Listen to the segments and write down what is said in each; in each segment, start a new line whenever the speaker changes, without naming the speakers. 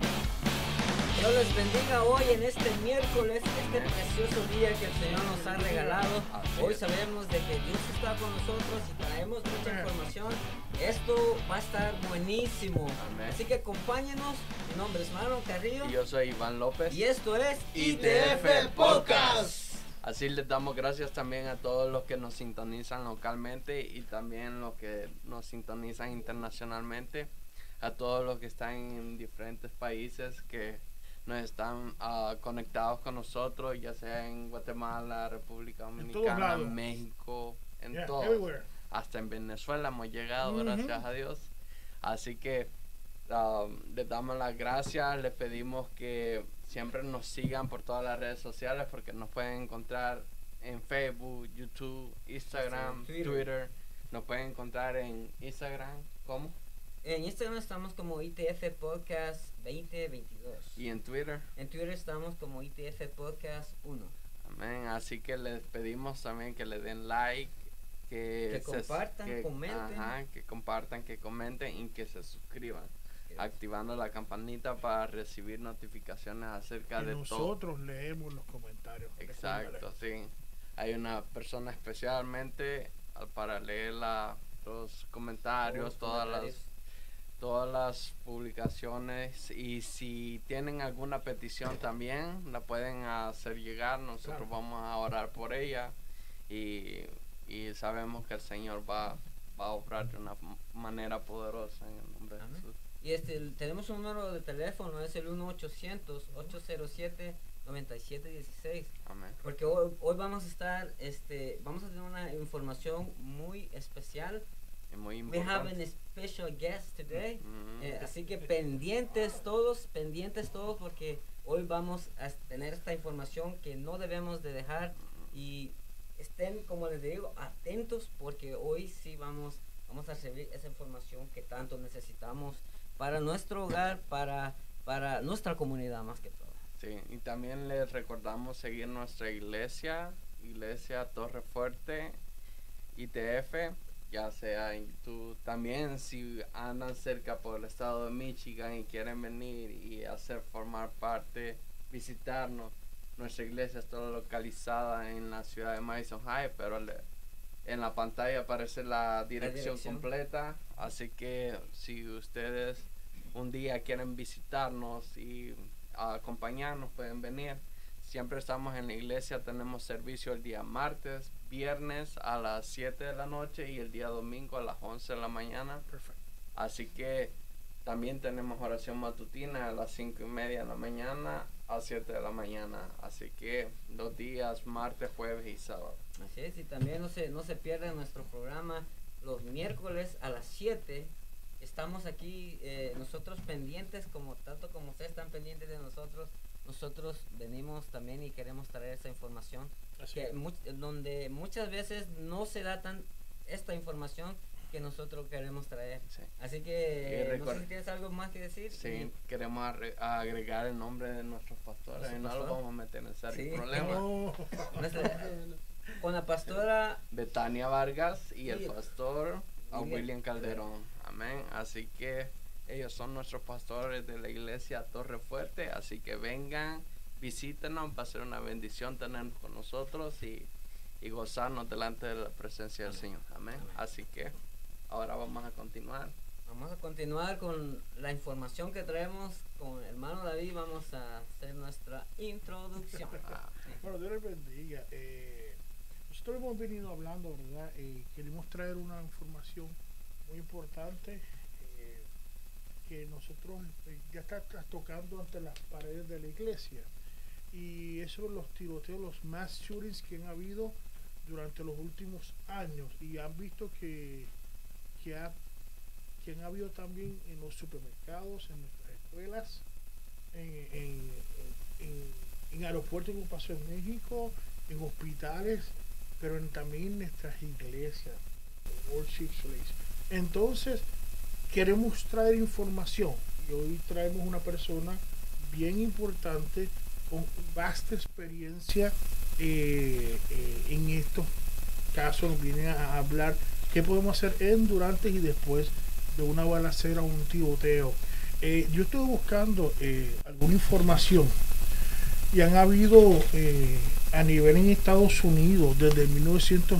Dios les bendiga hoy en este miércoles, este precioso día que el Señor nos ha regalado. Hoy sabemos de que Dios está con nosotros y traemos mucha información. Esto va a estar buenísimo.
Amén.
Así que acompáñenos. Mi nombre es Marlon Carrillo
Y yo soy Iván López.
y esto es
ITF Podcast. Así les damos gracias también a todos los que nos sintonizan localmente y también los que nos sintonizan internacionalmente, a todos los que están en diferentes países que nos están ah, conectados con nosotros, ya sea en Guatemala, República Dominicana,
lados.
México, en
Yeah,
todo.
everywhere.
hasta en Venezuela hemos llegado,
Ujú.
gracias a Dios. Así que um, les damos las gracias, les pedimos que siempre nos sigan por todas las redes sociales porque nos pueden encontrar en Facebook, YouTube, Instagram,
Twitter.
Twitter. Nos pueden encontrar en Instagram, ¿cómo?
En Instagram estamos como ITF Podcast 2022.
Y en Twitter.
En Twitter estamos como ITF Podcast 1.
Amén. Así que les pedimos también que le den like. Que,
Que compartan, comenten.
ajá, que compartan, que comenten y que se suscriban. activando la campanita para recibir notificaciones acerca
Y
de todo.
nosotros leemos los comentarios.
Exacto, sí. Hay una persona especialmente al- para leer la- los comentarios,
Todos los
todas
comentarios.
las todas las publicaciones y si tienen alguna petición también la pueden hacer llegar, nosotros
Claro.
vamos a orar por ella y, y sabemos que el Señor va, va a obrar de una manera poderosa en el nombre de
Amén.
Jesús.
Y este, el- tenemos un número de teléfono, es el 1-800-807-9716.
Amén.
Porque hoy, hoy vamos a estar, este, vamos a tener una información muy especial.
Es muy
We have
importante.
a special guest today.
Mm.
Eh, así que pendientes todos, pendientes todos, porque hoy vamos a tener esta información que no debemos de dejar y estén, como les digo, atentos porque hoy sí vamos, vamos a recibir esa información que tanto necesitamos para nuestro hogar, para, para nuestra comunidad más que todo.
Sí, y también les recordamos seguir nuestra iglesia, Iglesia Torre Fuerte, ITF, ya sea en YouTube. También si andan cerca por el estado de Michigan y quieren venir y hacer formar parte, visitarnos. Nuestra iglesia está localizada en la ciudad de Madison High, pero le- en la pantalla aparece la dirección,
dirección.
completa. Así que si ustedes un día quieren visitarnos y acompañarnos, pueden venir. Siempre estamos en la iglesia, tenemos servicio el día martes, viernes a las 7 de la noche y el día domingo a las 11 de la mañana.
Perfecto.
Así que también tenemos oración matutina a las 5 y media de la mañana a 7 de la mañana. Así que los días martes, jueves y sábado.
Así es, y también no se, no se pierdan nuestro programa los miércoles a las 7. Estamos aquí eh, nosotros pendientes, como tanto como ustedes están pendientes de nosotros. Nosotros venimos también y queremos traer esa información,
Así
que
es.
much- donde muchas veces no se da tan esta información que nosotros queremos traer.
Sí.
Así
Eh,
que, no sé
recuerda-
si tienes algo más que decir.
Sí, queremos arre- agregar el nombre de nuestros pastores.
¿Nuestro
y No lo
pastor?
vamos a meter en serio
Sí.
problema.
Y nuestra- con la pastora
Betania Vargas y el
Y-
pastor a
William
William Calderón. Amén. Así que ellos son nuestros pastores de la iglesia Torre Fuerte. Así que vengan, visítenos. Va a ser una bendición tenernos con nosotros y, y gozarnos delante de la presencia del Señor. Amén. Así que ahora vamos a continuar.
Vamos a continuar con la información que traemos con el hermano David. Vamos a hacer nuestra introducción.
Ah,
Bueno, Dios les bendiga. Eh, nosotros hemos venido hablando, ¿verdad? Eh, queremos traer una información muy importante eh, que nosotros eh, ya está tocando ante las paredes de la iglesia. Y es sobre los tiroteos, los mass shootings que han habido durante los últimos años. Y han visto que, que, ha- que han habido también en los supermercados, en nuestras escuelas, en, en- en- en aeropuertos como pasó en México, en hospitales, pero en, también en nuestras iglesias, worship place. Entonces, queremos traer información y hoy traemos una persona bien importante con vasta experiencia eh, eh, en estos casos. Nos viene a hablar qué podemos hacer en, durante y después de una balacera o un tiroteo. Eh, yo estoy buscando eh, alguna información y han habido eh, a nivel en Estados Unidos desde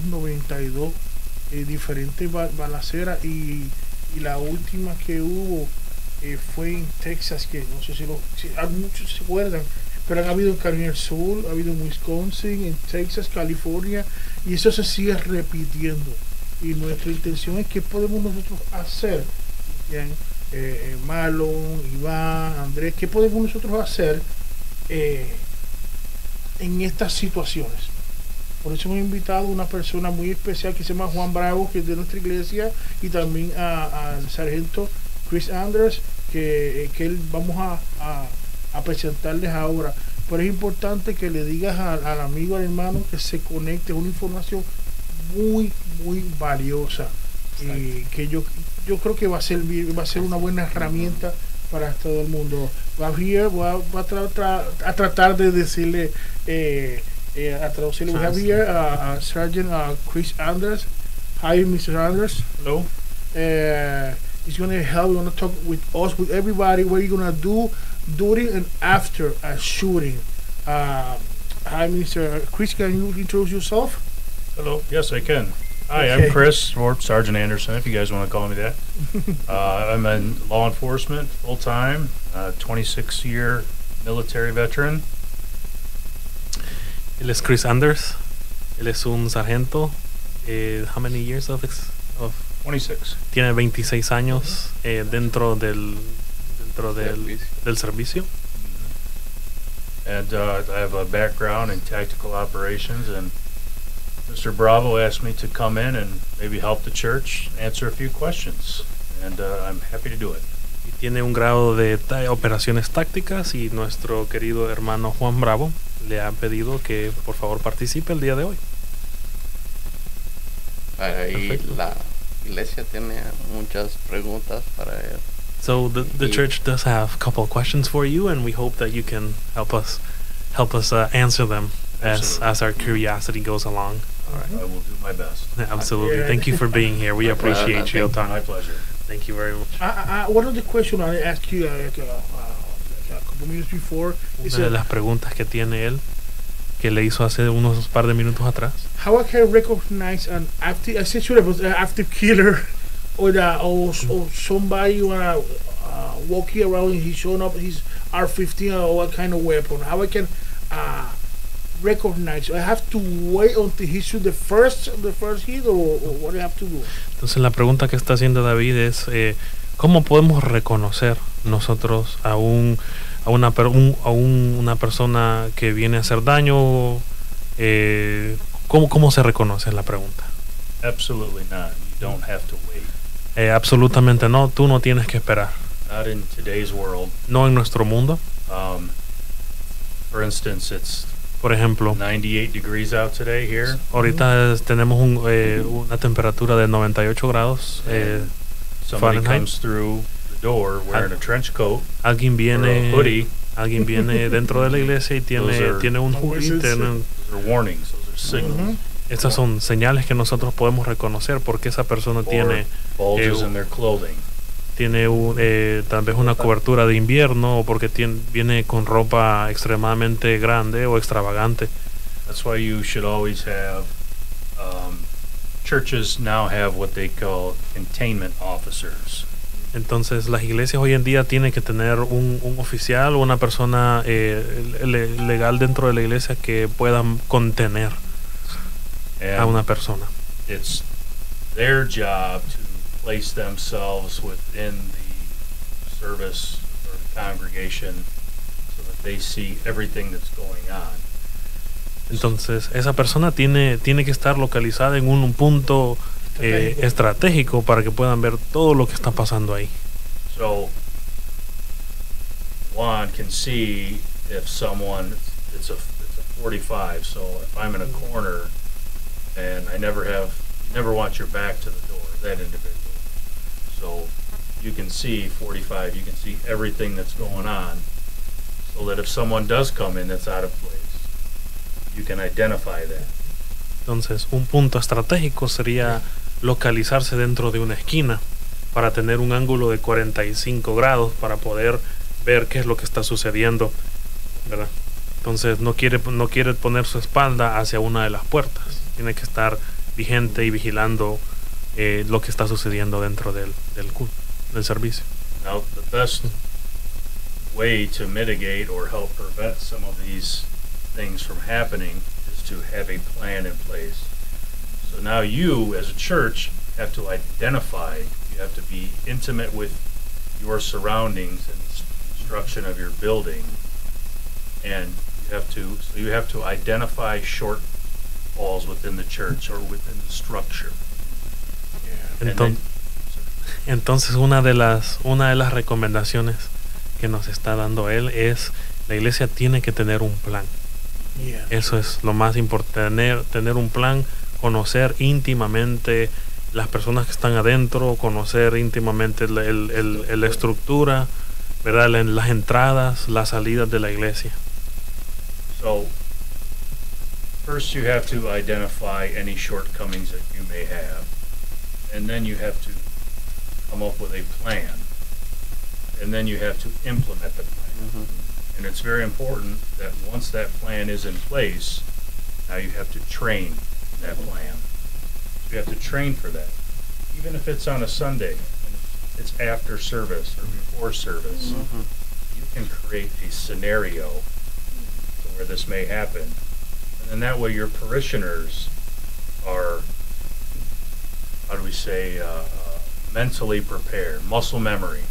1992 eh, diferentes ba- balaceras y, y la última que hubo eh, fue en Texas, que no sé si, lo, si- a muchos se acuerdan, pero han habido en Carolina del Sur, ha habido en Wisconsin, en Texas, California, y eso se sigue repitiendo. Y nuestra intención es qué podemos nosotros hacer, Bien, eh, eh, Marlon, Iván, Andrés, qué podemos nosotros hacer eh, en estas situaciones. Por eso hemos invitado a una persona muy especial que se llama Juan Bravo, que es de nuestra iglesia, y también a- al sargento Chris Anders, que, eh, que él vamos a, a- a presentarles ahora. Pero es importante que le digas al, al amigo, al hermano, que se conecte, es una información muy, muy valiosa. Y que yo, yo creo que va a servir, va a ser una buena herramienta para todo el mundo. Javier, voy a, voy a tra- tra- a tratar de decirle, eh, eh, a traducirle,
Ah, sí.
Javier, a, a Sergeant uh, Chris Anders. Hi, Mr. Anders.
Hello.
Uh, it's going to help. You want to talk with us, with everybody, what you're going to do during and after a shooting. Um, hi, Mr. Chris, can you introduce yourself?
Hello. Yes, I can. Hi,
Okay.
I'm Chris, or Sergeant Anderson, if you guys want to call me that. uh, I'm in law enforcement full time, uh, 26 year military veteran.
Él es Chris Anders. Él es un sargento. Eh, how many years of, ex- of-
26.
Tiene 26 años eh, dentro del dentro del
Servicio.
servicio. del servicio.
And uh, I have a background in tactical operations. And Mr. Bravo asked me to come in and maybe help the church answer a few questions. And uh, I'm happy to do it.
Y tiene un grado de ta- operaciones tácticas y nuestro querido hermano Juan Bravo le ha pedido que por favor participe el día de hoy.
Ahí
Perfecto.
la iglesia tiene muchas preguntas para él.
So the, the
Yeah.
church does have a couple of questions for you, and we hope that you can help us help us uh, answer them as
Absolutely.
as our curiosity goes along.
All right, I will do my best.
Absolutely.
Yeah.
Thank you for being here. We
My pleasure.
appreciate your
Thank-
My
time.
pleasure.
Thank you very much.
I, I, one of the questions I asked you uh, like, uh, uh, like a couple minutes before is
Una de
uh,
las preguntas que tiene él que le hizo hace unos par de minutos atrás.
how I can recognize an active, I said sure, but an active killer or the, or, s- or somebody wanna uh, walking around and he's showing up his R15 or what kind of weapon. How I can uh, recognize? I have to wait until he shoot the first the first hit, or, or what do I have to do?
Entonces la pregunta que está haciendo David es eh, cómo podemos reconocer nosotros a un a una per- un- a un- una persona que viene a hacer daño eh, cómo cómo se reconoce es la pregunta.
Absolutely not. You don't have to wait.
Eh, absolutamente no, tú no tienes que esperar.
Not in today's world.
No en nuestro mundo.
Um, for instance, it's
Por ejemplo,
98 degrees out today here.
ahorita es- tenemos un, eh, una temperatura de 98 grados. eh,
Somebody
Fahrenheit.
comes through the door wearing a trench coat
alguien
or a
viene
hoodie.
alguien viene dentro de la iglesia y tiene,
Those are-
tiene un
Those are-
hoodie, tiene un-
Those are warnings. Those
Mm-hmm.
are signals.
Mhm.
Estas son señales que nosotros podemos reconocer porque esa persona
Or
tiene,
bulges
Ew.
in their clothing.
tiene un, eh, tal vez una cobertura de invierno o porque tiene, viene con ropa extremadamente grande o extravagante.
That's why you should always have. Um, churches now have what they call containment officers.
Entonces las iglesias hoy en día tienen que tener un, un oficial o una persona eh, le- legal dentro de la iglesia que puedan contener
And
a una persona.
it's their job to place themselves within the service or the congregation so that they see everything that's going on.
Entonces esa persona tiene, tiene que estar localizada en un, un punto eh, estratégico para que puedan ver todo lo que está pasando ahí.
So Juan can see if someone it's a it's a 45. So if I'm in a corner and I never have you never want your back to the door that individual. So you can see 45. You can see everything that's going on. So that if someone does come in that's out of place, you can identify that.
Entonces, un punto estratégico sería localizarse dentro de una esquina para tener un ángulo de 45 grados para poder ver qué es lo que está sucediendo, ¿verdad? Entonces, no quiere, no quiere poner su espalda hacia una de las puertas. Tiene que estar vigente y vigilando eh, lo que está sucediendo dentro del, del culto, del servicio.
Now, the best way to mitigate or help prevent some of these things from happening is to have a plan in place. So now you, as a church, have to identify, you have to be intimate with your surroundings and the construction of your building. And you have to, so you have to identify shortfalls within the church or within the structure. And then-
Entonces, Entonces una de las una de las recomendaciones que nos está dando él es la iglesia tiene que tener un plan.
Yeah.
Eso es lo más importante, tener, tener un plan, conocer íntimamente las personas que están adentro, conocer íntimamente el- el- el- el- la estructura, ¿verdad? La- las entradas, las salidas de la iglesia.
So, first you have to identify any shortcomings that you may have, and then you have to come up with a plan, and then you have to implement the plan. And it's very important that once that plan is in place, now you have to train that plan. You have to train for that, even if it's on a Sunday, and it's after service or before service.
Mm-hmm.
You can create a scenario to where this may happen. And then that way your parishioners are, how do we say, uh, uh, mentally prepared, muscle memory.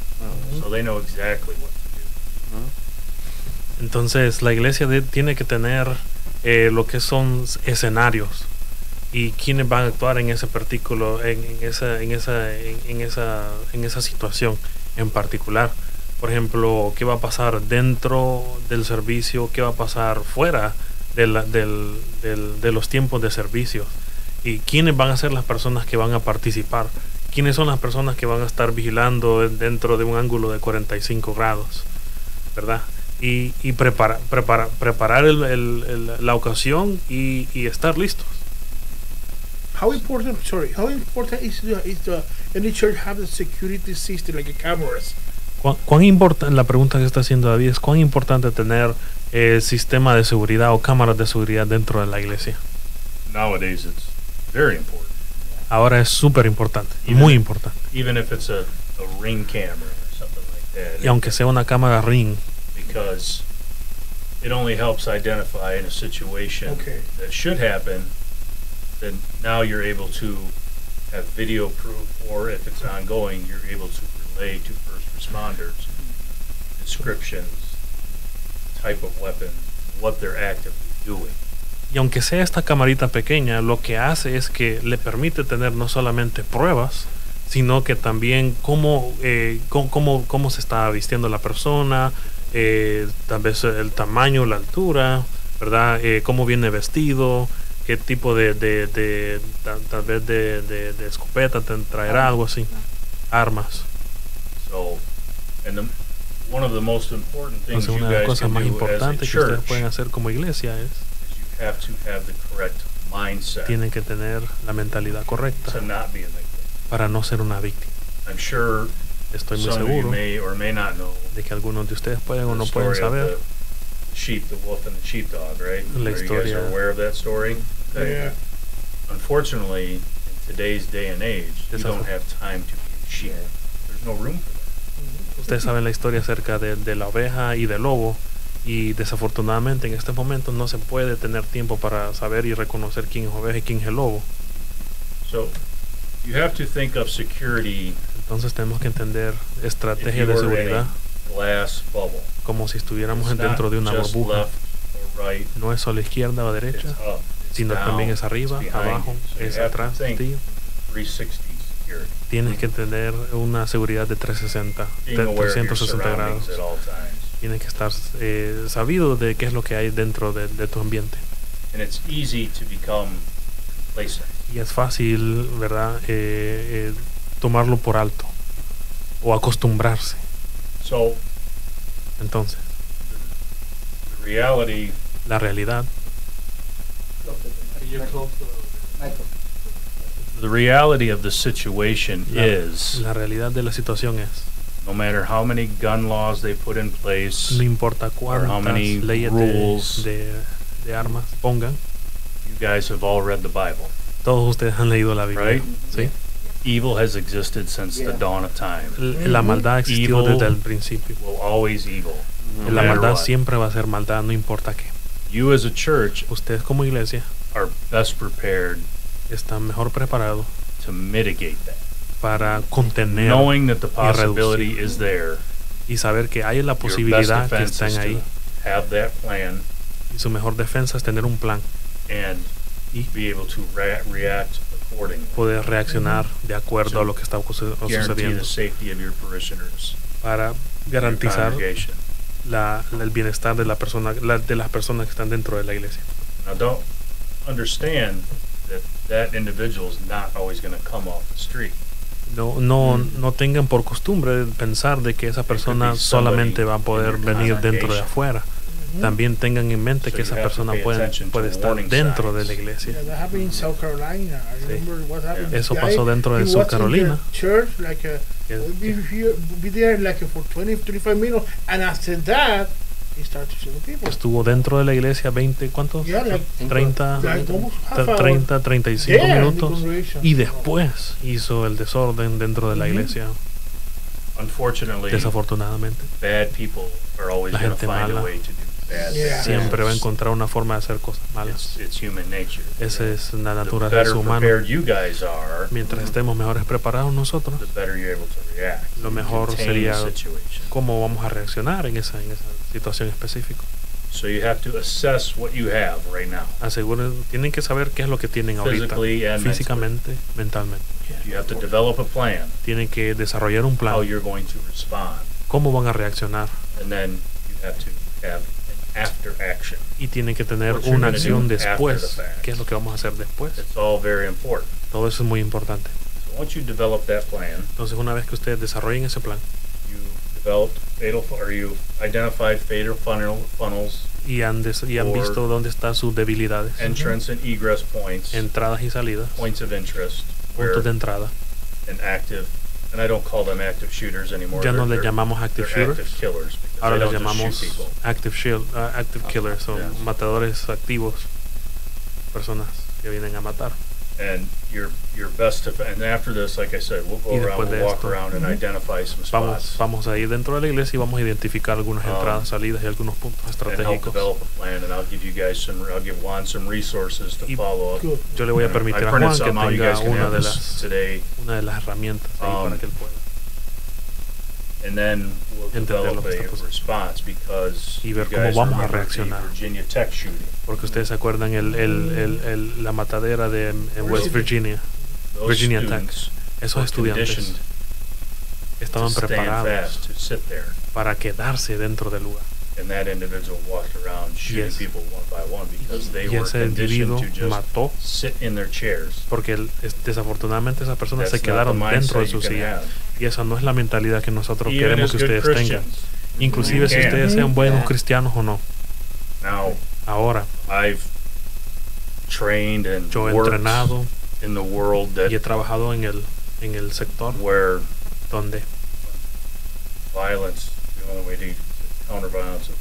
So they know exactly what to do.
Entonces la iglesia de- tiene que tener eh, lo que son s- escenarios y quiénes van a actuar en ese partículo, en, en esa, en esa, en, en esa, en esa situación en particular. Por ejemplo, qué va a pasar dentro del servicio, qué va a pasar fuera de, la- del- del- de los tiempos de servicio y quiénes van a ser las personas que van a participar, quiénes son las personas que van a estar vigilando dentro de un ángulo de 45 grados, ¿verdad? Y, y prepara, prepara, preparar el, el, el, la ocasión y, y, estar listos.
How important, sorry, how important is the, is the any church have a security system like cameras?
¿Cuán, cuán importante, la pregunta que está haciendo David es cuán importante tener el sistema de seguridad o cámaras de seguridad dentro de la iglesia?
Nowadays it's very important.
Ahora es súper importante, even, muy importante.
Even if it's a, a ring camera or something like that.
Y aunque sea una cámara ring.
Because it only helps identify in a situation okay. that should happen, then now you're able to have video proof, or if it's ongoing, you're able to relay to first responders descriptions, type of weapon, what they're actively doing.
Y aunque sea esta camarita pequeña, lo que hace es que le permite tener no solamente pruebas, sino que también cómo, eh, cómo, cómo, cómo, se está vistiendo la persona, eh, tal vez el tamaño, la altura, ¿verdad? Eh, cómo viene vestido, qué tipo de, de, de, de tal, vez de, escopeta traerá, algo así, armas.
So, and the, one of the most important things
Entonces, una de las cosas más importantes que ustedes
church.
pueden hacer como iglesia es...
Have to have the correct mindset
tienen que tener la mentalidad correcta
to not be a
para no ser una víctima.
I'm sure
Estoy muy seguro
may or may not know
de que algunos de ustedes pueden o no pueden saber
sheep, the wolf and the sheepdog, right?
la historia.
Yeah. Unfortunately, in today's day and age, you don't have time to be sheep. There's no room for that.
Ustedes saben la historia acerca de, de la oveja y del lobo y desafortunadamente en estos momentos no se puede tener tiempo para saber y reconocer quién es oveja y quién es el lobo.
So, you have to think of security
Entonces tenemos que entender estrategias de seguridad
glass bubble.
como si estuviéramos it's dentro de una burbuja.
Right.
No es solo izquierda o derecha,
it's up, it's
sino
down,
también es arriba, abajo,
so
es atrás. Tío. Tienes que tener una seguridad de 360, 360 grados tienes que estar eh, sabido de qué es lo que hay dentro de, de tu ambiente.
And it's easy to become
y es fácil, ¿verdad?, eh, eh, tomarlo por alto o acostumbrarse.
So,
Entonces,
the reality,
la realidad.
The reality of the situation
la,
is
la realidad de la situación es
no matter how many gun laws they put in place,
no importa
or how many
leyes
rules,
de, de, de, armas pongan,
you guys have all read the Bible.
Todos ustedes han leído la Biblia,
right?
¿sí?
Evil has existed since yeah. the dawn of time.
La maldad existió
evil
desde el principio.
Will always evil, no
la maldad
what.
siempre va a ser maldad, no importa qué.
You as a church,
ustedes como iglesia,
are best prepared,
están mejor preparados
to mitigate that
para contener
Knowing that the possibility y, is there,
y saber que hay la posibilidad que están ahí.
Have that plan,
y su mejor defensa es tener un plan
and e,
y
be able to react
poder reaccionar de acuerdo so a lo que está sucediendo
the of your parishioners,
para garantizar la, la, el bienestar de, la persona, la, de las personas que están dentro de la iglesia.
Now don't understand that that individual is not always going to come off the street.
No, no, no, tengan por costumbre pensar de que esa persona solamente va a poder venir dentro de afuera. Mm -hmm. También tengan en mente so que esa persona puede, puede estar dentro signs. de la iglesia.
Yeah, mm -hmm.
sí. yeah. Eso pasó dentro de South Carolina.
uh,
Estuvo dentro de la iglesia 20, ¿cuántos?
Yeah, like,
30,
like
30, 35 yeah, minutos. Y después hizo el desorden dentro de la iglesia. Desafortunadamente,
bad people are always
la gente
find
mala
a way to do bad
yeah. siempre va a encontrar una forma de hacer cosas
It's,
malas.
it's human nature.
Esa es la naturaleza humana.
Are,
Mientras estemos mejores preparados nosotros, lo mejor sería cómo vamos a reaccionar en esa, en esa situación específica.
So you have to assess what you have right now.
Aseguren, tienen que saber qué es lo que tienen ahorita, físicamente, mentalmente.
You have to develop a plan.
Tienen que desarrollar un plan.
How you're going to respond.
Cómo van a reaccionar.
And then you have to have an after action.
Y tienen que tener
what
una acción
do
después.
After the fact.
¿Qué es lo que vamos a hacer después?
It's all very important.
Todo eso es muy importante.
So Once you develop that plan,
Entonces, una vez que ustedes desarrollen ese plan
you developed fatal, fu- or you identified fatal funnel, funnels,
y han, des- y han
Or-
visto dónde están sus debilidades,
entrance and egress points,
entradas y salidas,
points of interest, where
puntos de entrada.
an active, and I don't call them active shooters anymore.
Ya no
they're-
les llamamos active
they're, they're
shooters,
active killers. because
ahora
they don't
les
just shoot
llamamos
people.
active shield, ah, active killers, son
yeah.
matadores activos, personas que vienen a matar.
and your your best def- and after this, like I said, we'll
Y
go around,
después de
we'll walk
esto.
around and
Ujú.
identify some
Mm-hmm. Vamos,
spots
vamos a ir dentro de la iglesia y vamos a identificar algunas
Ah.
entradas, salidas y algunos puntos
and help
estratégicos.
develop a plan. And I'll give you guys some, I'll give Juan some resources to
Y-
follow up.
Good.
Yo le voy a
I
permitir a
printed
Juan que
some out, you guys
tenga
can
una
have
de
this
las,
today,
una de las herramientas ahí
Um,
para que él pueda.
and then we'll
Entender lo
develop
que está
a
pasando.
response because
Y
you
ver cómo
guys
vamos a
remember the
reaccionar.
Virginia Tech shooting.
Porque ustedes se acuerdan el, el- el- el- la matadera de en West Virginia.
Those
Virginia Tech.
students
Esos
were
estudiantes
conditioned to
estaban
stand fast,
preparados
to sit there.
para quedarse dentro del lugar.
And that individual walked around shooting
Yes.
people one by one because they
Y
were
ese
conditioned
individuo
to just
mató
sit in their chairs.
porque el- es- desafortunadamente esas personas se
That's not the
quedaron dentro de
mindset
su
you can
silla.
have.
Y esa no es la mentalidad que nosotros
Even
queremos
as
que
good
ustedes tengan. Mm-hmm.
Christians.
Inclusive si
can.
ustedes sean buenos cristianos o no.
Now,
Ahora,
I've trained and
yo he
worked
entrenado
in the world that
y he trabajado en el, en el sector
where
donde
violence the only way to counter violence is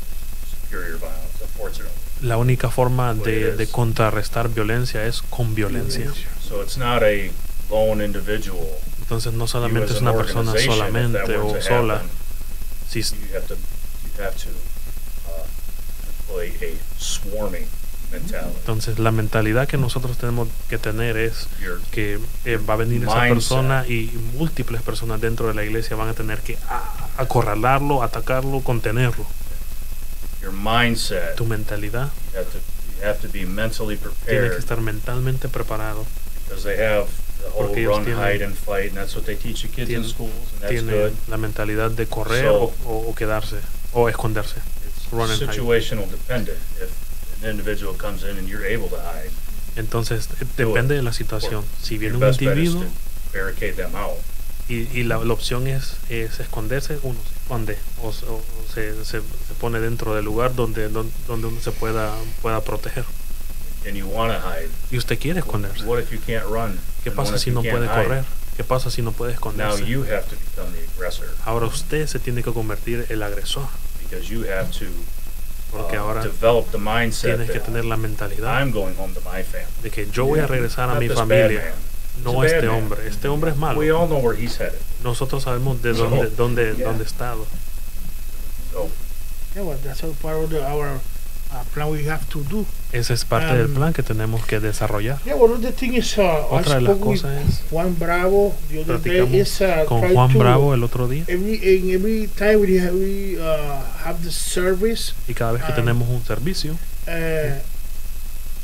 superior violence, unfortunately.
la única forma
Well,
de,
it
de
is.
contrarrestar violencia es con violencia.
So it's not a lone individual.
Entonces no
You
solamente
as
es
an
una persona
organization, if that were
solamente o
to
sola,
happen,
si s-
you have to you have to uh, employ a swarming mentality.
entonces la mentalidad que nosotros tenemos que tener es
You're
que eh, va a venir esa
Mindset.
persona y múltiples personas dentro de la iglesia van a tener que a- acorralarlo, atacarlo, contenerlo.
your mindset.
Tu mentalidad
You have to you have to be mentally
tiene que
prepared
estar mentalmente preparado.
because they have the whole
Porque ellos
run,
tienen-
hide, and fight, and that's what they teach the kids in
tienen-
schools, and that's
Tiene
good.
la mentalidad de correr
So-
o, o- o quedarse o esconderse.
It's
run and hide.
situational dependent. If an individual comes in and you're able to hide,
Entonces eh, depende de la situación. Si
your
viene un
best bet is
individuo
to barricade them out.
y, y la, la opción es, es esconderse, uno se esconde o, se- o se, se- se pone dentro del lugar donde, don- donde uno se pueda, pueda proteger.
And you want to hide.
Y usted quiere esconderse.
What if you can't run?
¿Qué
And
pasa
what if
si
you
no
can't
puede
hide?
correr? ¿Qué pasa si no puede
Now
esconderse? Ah.
you have to become the aggressor
Ahora usted se tiene que convertir el agresor,
because you have to
porque
uh,
ahora
develop the mindset
tienes que
that
tener la mentalidad
I'm going home to my family.
de que yo voy a regresar a
Not
mi
this bad
familia,
man.
no
It's a
este
bad man.
hombre. Este hombre es malo.
We all know where he's headed.
Nosotros sabemos de
So,
dónde, dónde,
yeah.
dónde está.
So
Yeah, well, that's all part of the, our uh, plan we have to do.
Ese es parte del
Um,
plan que tenemos que desarrollar.
Yeah, one of the thing is uh, I
Otra de las
spoke with
cosas es
Juan Bravo the other day
Platicamos
is uh,
con
try
Juan
to-
Bravo el otro día
Every in every time we have, we uh, have the service,
y cada vez que
Ah.
tenemos un servicio,
uh,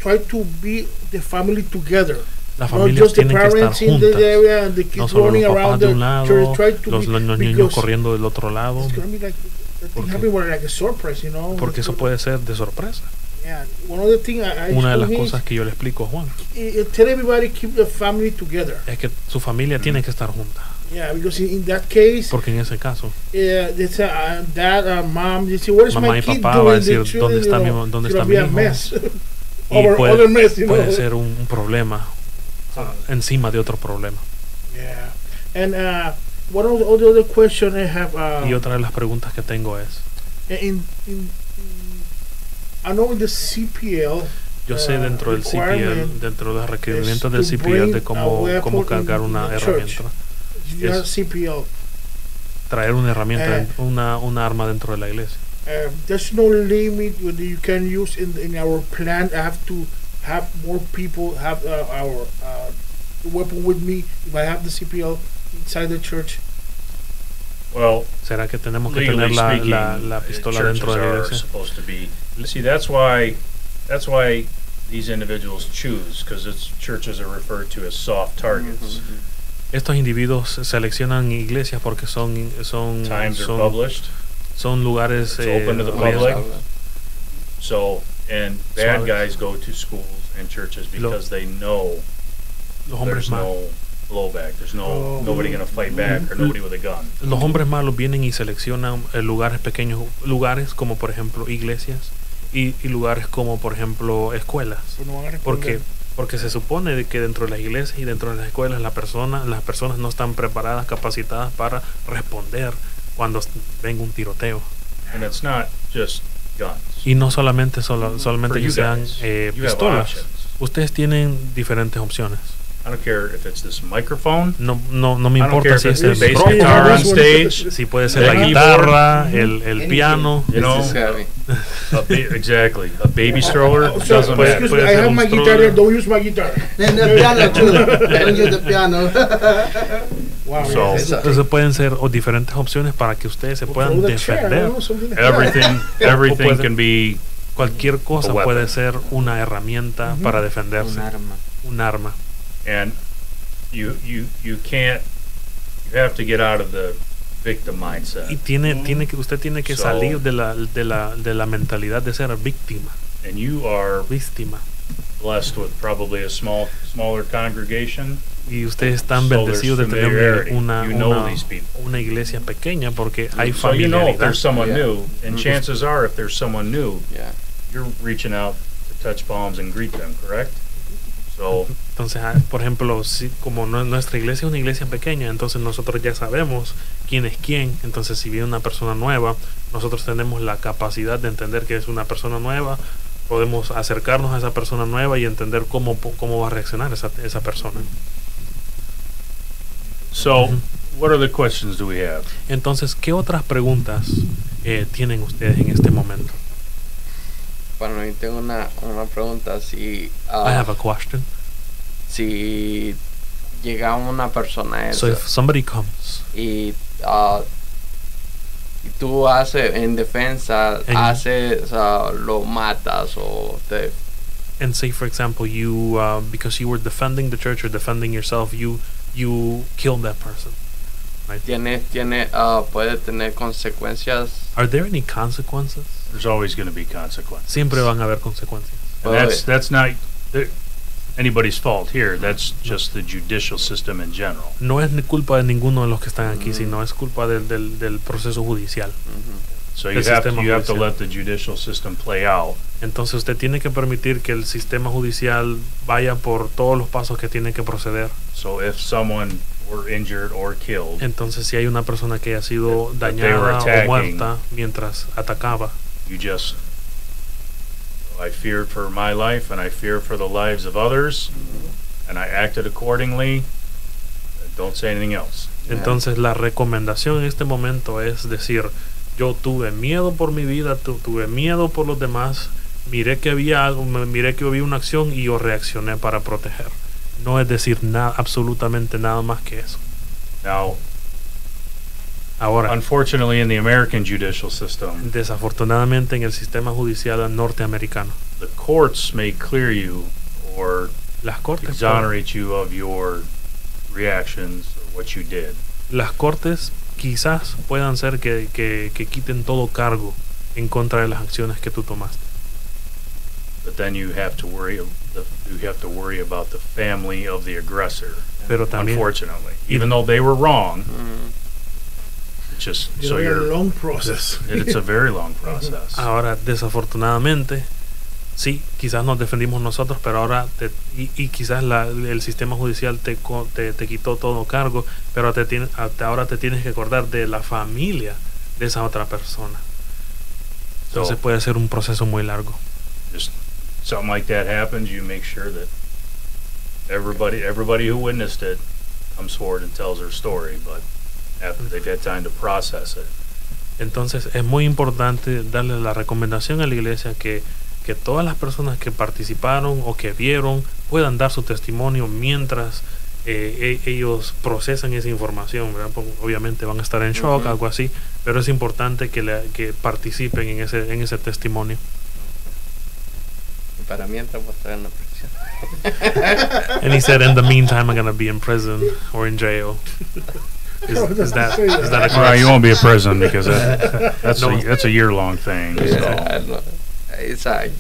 try to be the family together.
las
Not
familias
just the
tienen que estar
parents in the
juntas.
area and the
No
kids
solo
running
los papás
around
de
the
un lado,
church. Try to
los,
be
los niños
because
corriendo del otro lado,
It's gonna be like that thing
Porque-
happened like a surprise, you know.
porque eso
It's-
puede ser de sorpresa.
Yeah, one of the thing I, I
Una de las
told him
cosas que yo le explico a Juan
is, eh, tell everybody keep the family together.
es que su familia
Mm.
tiene que estar junta,
Yeah, because in, in that case,
porque en ese caso
eh, they say, uh, dad, uh, mom, they say, what is
Mamá
my
y
kid
papá va
doing?
a decir,
The children,
¿dónde
you
está mi-
know,
dónde
it's
está
gonna
mi
be a
hijo?
mess.
Y
Over-
puede-
other mess, you
puede
know.
ser un, un problema ah, encima de otro problema.
Yeah. And uh, one of the other, other question I have uh,
Y otra de las preguntas que tengo es,
in, in, in I know in the CPL
yo sé
Ah,
dentro del CPL,
requirement
dentro de los requerimientos
is
del
to
CPL de
bring a
cómo,
weapon
cómo
in-
cargar
in
una
the
herramienta,
if you are
Yes.
CPL
traer una herramienta,
Eh.
una, una arma dentro de la iglesia.
uh, there's no limit what you can use in, in our plan I have to have more people have uh, our uh, weapon with me if I have the CPL inside the church
well,
¿Será que tenemos que
legally
tener la,
speaking,
la, la
uh,
pistola
churches
dentro de la
are
iglesia?
supposed to be. See, that's why, that's why these individuals choose because it's churches are referred to as soft
Mm-hmm.
targets.
Estos individuos seleccionan iglesias porque son son
Times are
son,
published,
son lugares
It's
eh,
open to the
abiertos.
public. so and bad
Solid.
guys go to schools and churches
Lo-
because they know
los hombres
there's
malos,
no blowback. There's no
Oh.
nobody gonna fight back or nobody with a gun.
Los hombres malos vienen y seleccionan eh, lugares pequeños, lugares como por ejemplo iglesias y, y lugares como por ejemplo escuelas.
Pues no van a
Porque,
responder.
porque se supone de que dentro de las iglesias y dentro de las escuelas la persona, las personas no están preparadas, capacitadas para responder cuando s- venga un tiroteo.
And it's not just guns.
Y no solamente, solo- solamente
Mm-hmm. For
que
you
sean
guys,
eh,
you have
pistolas.
options.
Ustedes tienen diferentes opciones.
I don't care if it's this microphone.
No, no, no me
I don't care
importa
if
si
it's
es
the
el
bass
bass
guitar
guitar,
on
guitar,
stage.
si puede ser la
the Mm-hmm.
guitarra, el, el
Anything.
piano.
You know,
This is heavy.
a ba- exactly. A
Oh,
baby stroller
O sea,
doesn't matter.
excuse me, I
ser
have
un
my
stroller.
guitar, don't use my guitar.
Then the piano too. Don't use the piano.
Wow,
So-
yeah.
Entonces pueden ser o diferentes opciones para que ustedes se
Or
puedan
throw the chair,
defender.
no, something like that.
Everything, everything can be
Cualquier cosa
A weapon. Mm-hmm.
puede ser una herramienta para defenderse,
Un arma.
un arma.
and you you you can't you have to get out of the victim
Y
mindset
tiene, tiene que, usted tiene que
Mm. So-
salir de la, de, la, de la mentalidad de ser víctima.
and you are
víctima.
blessed with probably a small smaller congregation
Y ustedes
So
están
there's
bendecidos de tener
familiarity.
una,
You know
una-
these people.
una iglesia pequeña porque hay
so you know if
familiaridad.
there's someone
Yeah.
new and
Mhm.
chances are if there's someone new
Yeah.
you're reaching out to touch palms and greet them correct so
Entonces, ah, por ejemplo, si, como no- nuestra iglesia es una iglesia pequeña, entonces nosotros ya sabemos quién es quién. Entonces, si viene una persona nueva, nosotros tenemos la capacidad de entender que es una persona nueva. Podemos acercarnos a esa persona nueva y entender cómo, po- cómo va a reaccionar esa, esa persona.
so
Mhm.
what other questions do we have
Entonces, ¿qué otras preguntas eh, tienen ustedes en este momento?
Bueno, yo tengo una, una pregunta. Si, ah,
I have a question.
si llega una persona
So
esa
if somebody comes
y, ah, y tú haces en defensa,
En-
haces, ah, lo matas o te...
and say, for example, you uh, because you were defending the church or defending yourself, you you killed that person.
Tiene, tiene, ah, puede tener consecuencias.
Are there any consequences?
there's always going to be consequences
Siempre van a haber consecuencias.
And that's
Puede-
that's not th- anybody's fault here. That's just the judicial system in general.
No es ni culpa de ninguno de los que están aquí,
Mm.
sino es culpa del, del, del proceso judicial.
Ujú.
So
The
you have to,
system of
you have to
judicial.
let the judicial system play out.
Entonces usted tiene que permitir que el sistema judicial vaya por todos los pasos que tiene que proceder.
So if someone were injured or killed,
Entonces si hay una persona que haya sido
That- that they were
dañada o
attacking.
muerta mientras atacaba,
you just I feared for my life and I fear for the lives of others, and I acted accordingly. Don't say anything else.
Entonces la recomendación en este momento es decir, yo tuve miedo por mi vida, tu- tuve miedo por los demás, miré que había algo, me- miré que había una acción y yo reaccioné para proteger. No es decir nada, absolutamente nada más que eso.
Now,
Ahora,
unfortunately, in the American judicial system,
desafortunadamente en el sistema judicial norteamericano,
the courts may clear you or
las cortes,
exonerate you of your reactions or what you did.
las cortes quizás puedan ser que, que- que quiten todo cargo en contra de las acciones que tú tomaste.
But then you have to worry the, you have to worry about the family of the aggressor.
Pero también...
Unfortunately, even though they were wrong, it's just so
It's a
you're.
long process.
It's a very long process.
Ahora, desafortunadamente, sí, quizás nos defendimos nosotros, pero ahora, te- y, y quizás la- el sistema judicial te, co- te, te quitó todo cargo, pero te tiene- hasta ahora te tienes que acordar de la familia de esa otra persona. Entonces
So
puede ser un proceso muy largo.
just something like that happens, you make sure that everybody everybody who witnessed it comes forward and tells their story. But after they've had time to process it,
Entonces es muy importante darle la recomendación a la iglesia que, que todas las personas que participaron o que vieron puedan dar su testimonio mientras eh, e- ellos procesan esa información. ¿verdad? Porque obviamente van a estar en shock,
Ujú.
algo así, pero es importante que, la- que participen en ese, en ese testimonio.
Y Para mientras voy a estar en la prisión.
And he said, in the meantime, I'm going to be in prison or in jail. Is, is that, is that a
Well, you
correct?
won't be in prison because that, that's
No.
a, that's a year long thing.
Yeah,
So.
I know. It's a-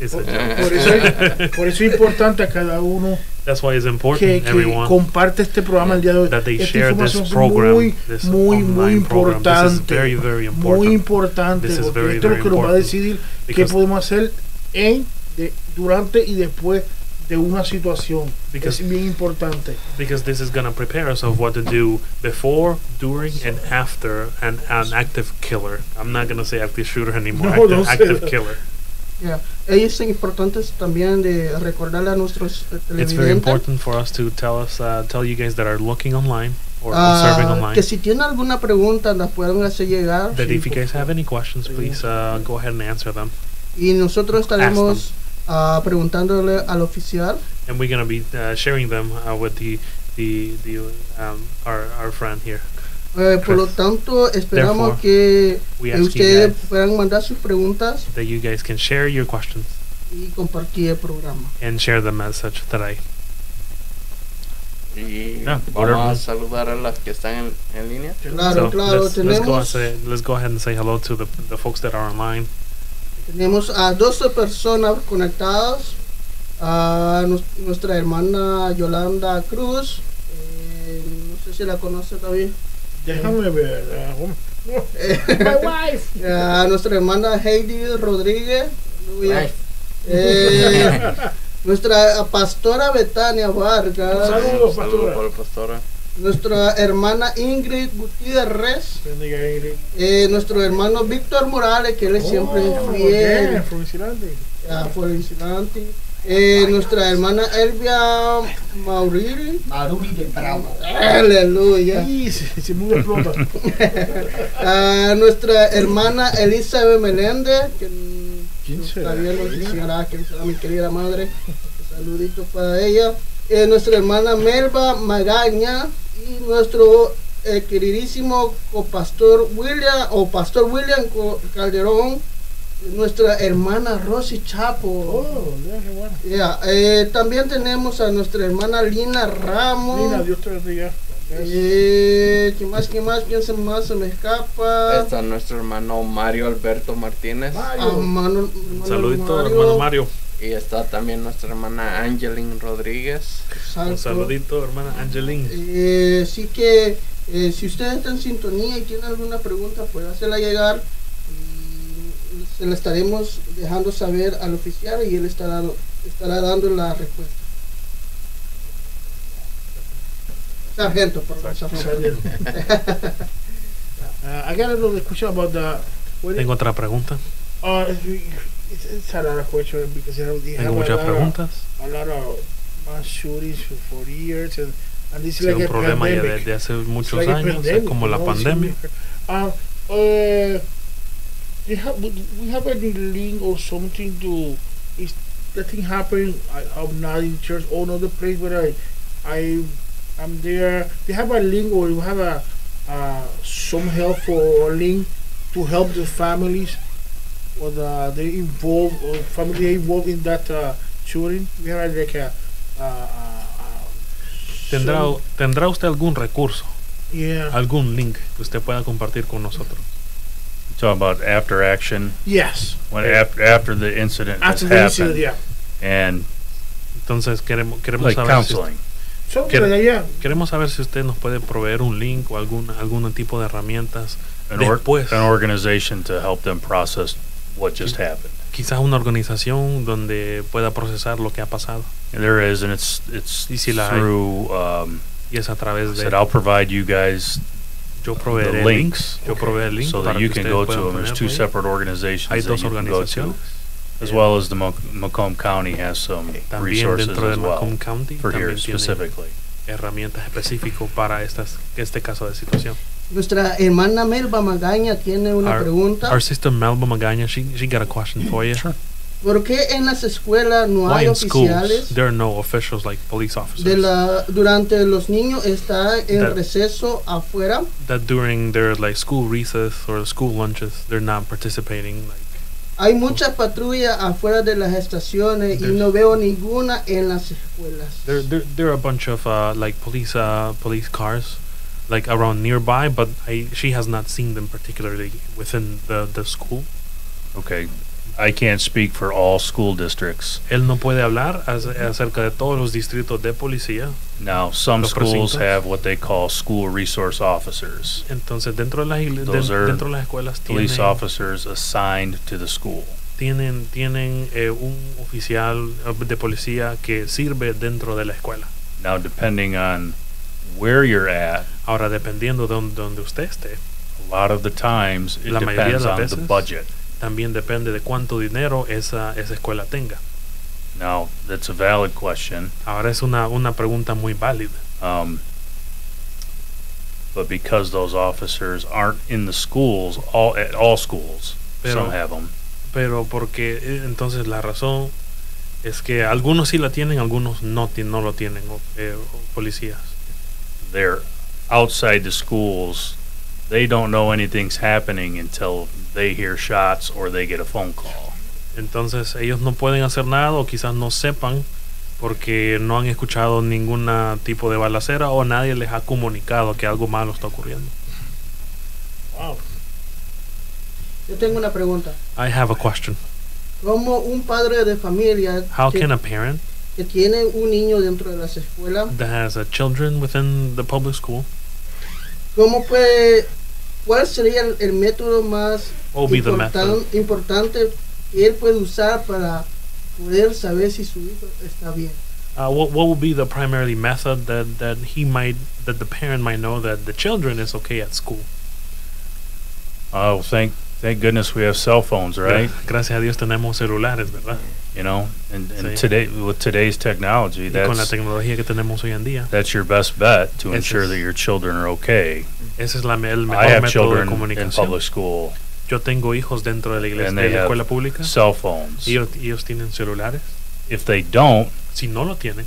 It's a
Por,
joke.
por eso es, por eso es importante a cada uno
That's why it's
que,
important,
que
everyone.
comparte este programa el día de hoy.
That they
Esta
share this
información es
program,
muy,
this
muy, muy
online program. This is
importante.
very, very important.
Muy importante,
This is
porque
very,
esto es lo
very
que nos va a
important.
decidir qué
Because-
podemos hacer en, de- durante y después de una situación.
Because-
es bien importante.
because this is gonna prepare us of what to do before, during, and after an, an active killer. I'm not gonna say active shooter anymore.
No,
active,
don't say
active
that.
killer.
Yeah. Es importante también de recordarle a nuestros eh,
It's very
televidentes
important for us to tell us, uh, tell you guys that are looking online or
ah,
observing online.
que si tienen alguna pregunta la pueden hacer llegar
That
sí,
if you
por
guys have any questions, please uh, go ahead and answer them.
y nosotros estaremos ah, preguntándole al oficial Eh,
And we're gonna be uh, sharing them uh, with the the the um, our our friend here.
Eh, por lo
Correct.
tanto
Therefore,
esperamos que
we
eh,
ask you
ustedes
guys-
puedan mandar sus preguntas
That you guys can share your questions
y compartir el programa
and share them as such today.
Y
Yeah, whatever.
vamos a saludar a los que están en, en línea.
claro
so
claro
let's, let's go and
tenemos
say let's go ahead and say hello to the the folks that are online.
tenemos a 12 personas conectadas a nos- nuestra hermana Yolanda Cruz eh, no sé si la conoce David
Déjame ver. ah, um, My wife.
a nuestra hermana Heidi Rodríguez Luis.
Ay,
Eh, nuestra pastora Betania
Un
Vargas,
saludo,
Un
pastora.
por la pastora.
nuestra hermana Ingrid Gutiérrez,
Bendiga, Ingrid.
eh, nuestro hermano Víctor Morales, que él es siempre
Oh,
fiel
yeah, from Islandi.
a por vigilante. Eh, nuestra hermana Elvia Mauriri,
Maduri de Bravo.
aleluya.
Y se, se mueve explota.
A nuestra hermana Elizabeth Meléndez, que
¿Quién será?
está viendo, señora, que será mi querida madre. Saluditos para ella. Eh, nuestra hermana Melba Magaña y nuestro eh, queridísimo copastor William o pastor William Co- Calderón, nuestra hermana Rosy Chapo.
Oh, mira qué bueno.
Yeah, eh, también tenemos a nuestra hermana Lina Ramos.
Mira, Dios te bendiga.
Eh, ¿Qué más? ¿Qué más? ¿Quién se más se me escapa?
Está nuestro hermano Mario Alberto Martínez.
Ah, Manu- Manuel
Saludito,
Mario.
hermano Mario.
Y está también nuestra hermana Angeline Rodríguez.
Exacto.
Un saludito, hermana Angeline.
Eh, así que eh, si usted está en sintonía y tiene alguna pregunta, puede hacerla llegar. y Se la estaremos dejando saber al oficial y él estará, estará dando la respuesta. Sargento, por favor. sargento.
Uh, I got another question about the. What
Tengo otra pregunta.
Uh, it's, it's a lot of questions because you know, they have
Tengo
a lot,
muchas
of,
preguntas.
a lot of mass shootings for, for years and, and it's
Es un
like a
problema ya
pandemic.
desde hace
It's
muchos
like a
años, es
pandemic,
como
you
la
know,
pandemia.
it's- Um, uh, they have, we we have any link or something to is that thing happened? I, I'm not in church or another place, but I, I, I'm there. They have a link or you have a uh, some help or link to help the families or the they involved or family involved in that uh, shooting. We have like a. Uh, uh, uh,
¿Tendrá,
some-
¿Tendrá usted algún recurso,
yeah.
algún link que usted pueda compartir con nosotros?
Talking about after action,
yes.
when after after the incident has
After the
happened,
incident, yeah.
and
Entonces queremos, queremos,
like
saber si,
counseling.
Something
Quiero-
like that, uh, yeah.
queremos saber si usted nos puede proveer un link o algún, algún tipo de herramientas.
an, or-
Después.
an organization to help them process what just happened.
Quizás una organización donde pueda procesar lo que ha pasado.
And there is, and it's it's
Y si la hay.
through. Um,
Y es a través de...
said I'll provide you guys
Yo proveeré
the links
links. Yo proveeré links
so that
para
you
que
can
ustedes
go to
puedan
them. There's two
ponerlo ahí.
separate organizations
Hay
that
dos
you can go to,
organizaciones.
as
Yeah.
well as the Mac- Macomb County has some
También
resources
dentro de
as well
Macomb County.
for here
También tiene
specifically.
herramientas específicas para estas, este caso de situación.
Nuestra hermana Melba Magaña tiene una
Our-
pregunta.
Our sister Melba Magaña, she, she got a question for you.
¿Por qué en las escuelas no
Why
hay
in schools
oficiales?
there are no officials like police
De
officers
la, durante los niños está en
That-
receso afuera.
that during their like school recess or school lunches they're not participating? Like
Hay muchas patrullas afuera de las estaciones y
There's-
no veo ninguna en las escuelas.
there there, there are a bunch of uh, like police uh, police cars like around nearby, but I she has not seen them particularly within the the school.
Okay, I can't speak for all school districts.
Él no puede hablar ac-
Mm-hmm.
acerca de todos los distritos de policía.
Now, some
Los
schools
precintos.
have what they call school resource officers.
Entonces, dentro de las, igle- de-
Those are
dentro de las escuelas tienen,
Police officers assigned to the school.
tienen, tienen eh, un oficial eh, de policía que sirve dentro de la escuela.
Now, depending on where you're at,
Ahora, dependiendo de donde, donde usted esté,
a lot of the times it
La mayoría de
depends
las
on the
veces.
budget.
también depende de cuánto dinero esa, esa escuela tenga.
Now, that's a valid question.
Ahora es una, una pregunta muy válida.
Um, but because those officers aren't in the schools, all at all schools,
Pero-
some have them.
Pero porque eh, entonces la razón es que algunos sí la tienen, algunos no, ti- no lo tienen, o- eh, o policías.
They're outside the schools. They don't know anything's happening until they hear shots or they get a phone call.
Entonces ellos no pueden hacer nada o quizás no sepan porque no han escuchado ningún tipo de balacera o nadie les ha comunicado que algo malo está ocurriendo.
Wow.
Yo tengo una pregunta.
I have a question.
¿Cómo un padre de familia
How
que,
can a parent
que tiene un niño dentro de las escuelas,
that has uh, children within the public school,
cómo puede, cuál sería el, el método más
what would Oh, be the
importan-
method?
importante que él puede usar para poder saber si su hijo está bien?
Uh, what, what would be the primarily method that, that he might, that the parent might know that the children is okay at school?
Oh, thank thank goodness we have cell phones, right?
Gra- Gracias a Dios tenemos celulares, ¿verdad?
You know, and, and
Sí.
today with today's technology,
Y con la
that's
tecnología que tenemos hoy en día,
that's your best bet to
Ese
ensure
es-
that your children are okay.
ese es la, me- el
I
mejor
have
método de
children in
comunicación.
public school,
Yo tengo hijos dentro de la iglesia,
And
de
they
la
have
escuela pública.
cell phones.
Ellos, ellos tienen celulares.
If they don't,
Si no lo tienen,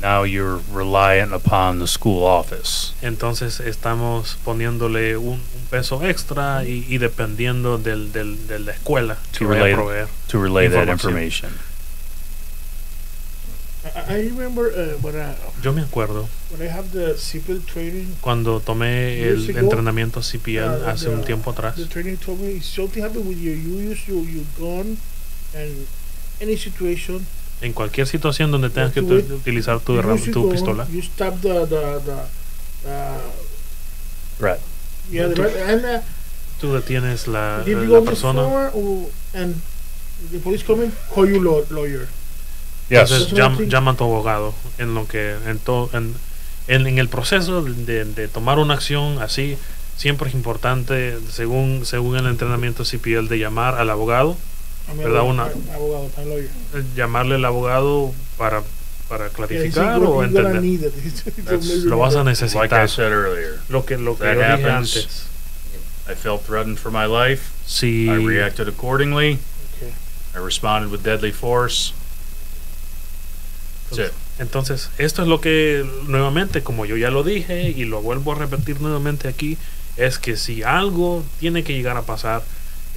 now you're reliant upon the school office.
entonces estamos poniéndole un, un peso extra y, y dependiendo del, del- de la escuela que
To
vaya a
relate-
proveer.
to relay that information.
Información.
I, I remember uh, when, I,
Yo me acuerdo
when I have the civil training,
cuando tomé
Years
el
ago,
entrenamiento CPL
uh,
hace un
the-
tiempo atrás.
the trainer told me if something happened with you, you use your, your gun and any situation.
En cualquier situación donde tengas que tu-
Tú-
utilizar tu,
you
herram-
use your
tu
gun,
pistola,
You stab the, the, the, uh,
Right.
yeah, the
Tú-
right, and uh,
tú detienes la,
if you
Uh, la
go
persona.
forward or, uh, and the police coming, call you law, lawyer.
Yes.
Entonces
Eso
llam-
no tiene-
llama a tu abogado en lo que en to- en, en- en el proceso de, de tomar una acción así siempre es importante según según el entrenamiento CPL de llamar al abogado
I mean,
¿Verdad? Una-
my abogado, my lawyer.
eh, llamarle al abogado para
Yeah, he
para
said,
clarificar
"You're-
o
you're gonna
entender
need it." He said,
That's-
"Maybe
lo vas a
Like I
necesitar
said earlier,
lo que lo que
That
yo dije
happens.
antes
I felt threatened for my life.
si
I reacted accordingly.
Okay.
I responded with deadly force. That's it.
Entonces, esto es lo que nuevamente, como yo ya lo dije y lo vuelvo a repetir nuevamente aquí, es que si algo tiene que llegar a pasar,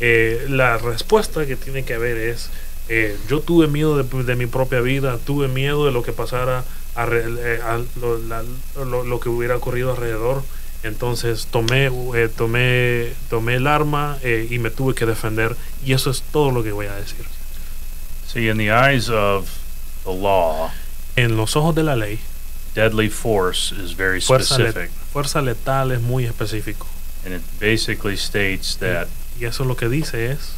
eh, la respuesta que tiene que haber es, eh, yo tuve miedo de, de mi propia vida, tuve miedo de lo que pasara, arre- eh, a lo, la- lo- lo que hubiera ocurrido alrededor, entonces tomé, eh, tomé, tomé el arma eh, y me tuve que defender y eso es todo lo que voy a decir.
See, in the eyes of the law,
En los ojos de la ley,
deadly force is very
Fuerza le-
specific,
fuerza letal es muy específico.
and it basically states that
Y eso lo que dice es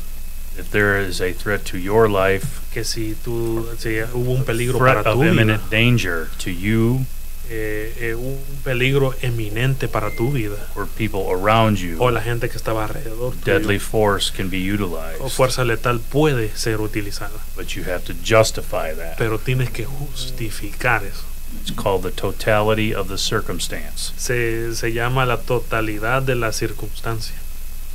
if there is a threat to your life,
que si tú si hubo un peligro
threat
para tu
of
vida,
imminent danger to you
eh, eh, un peligro eminente para tu vida
or people around
o
you,
la gente que estaba alrededor, tuyo,
deadly force can be
o
utilized.
fuerza letal puede ser utilizada,
But you have to justify that.
pero tienes que justificar eso.
It's called the totality of the circumstance.
Se, se llama la totalidad de la circunstancia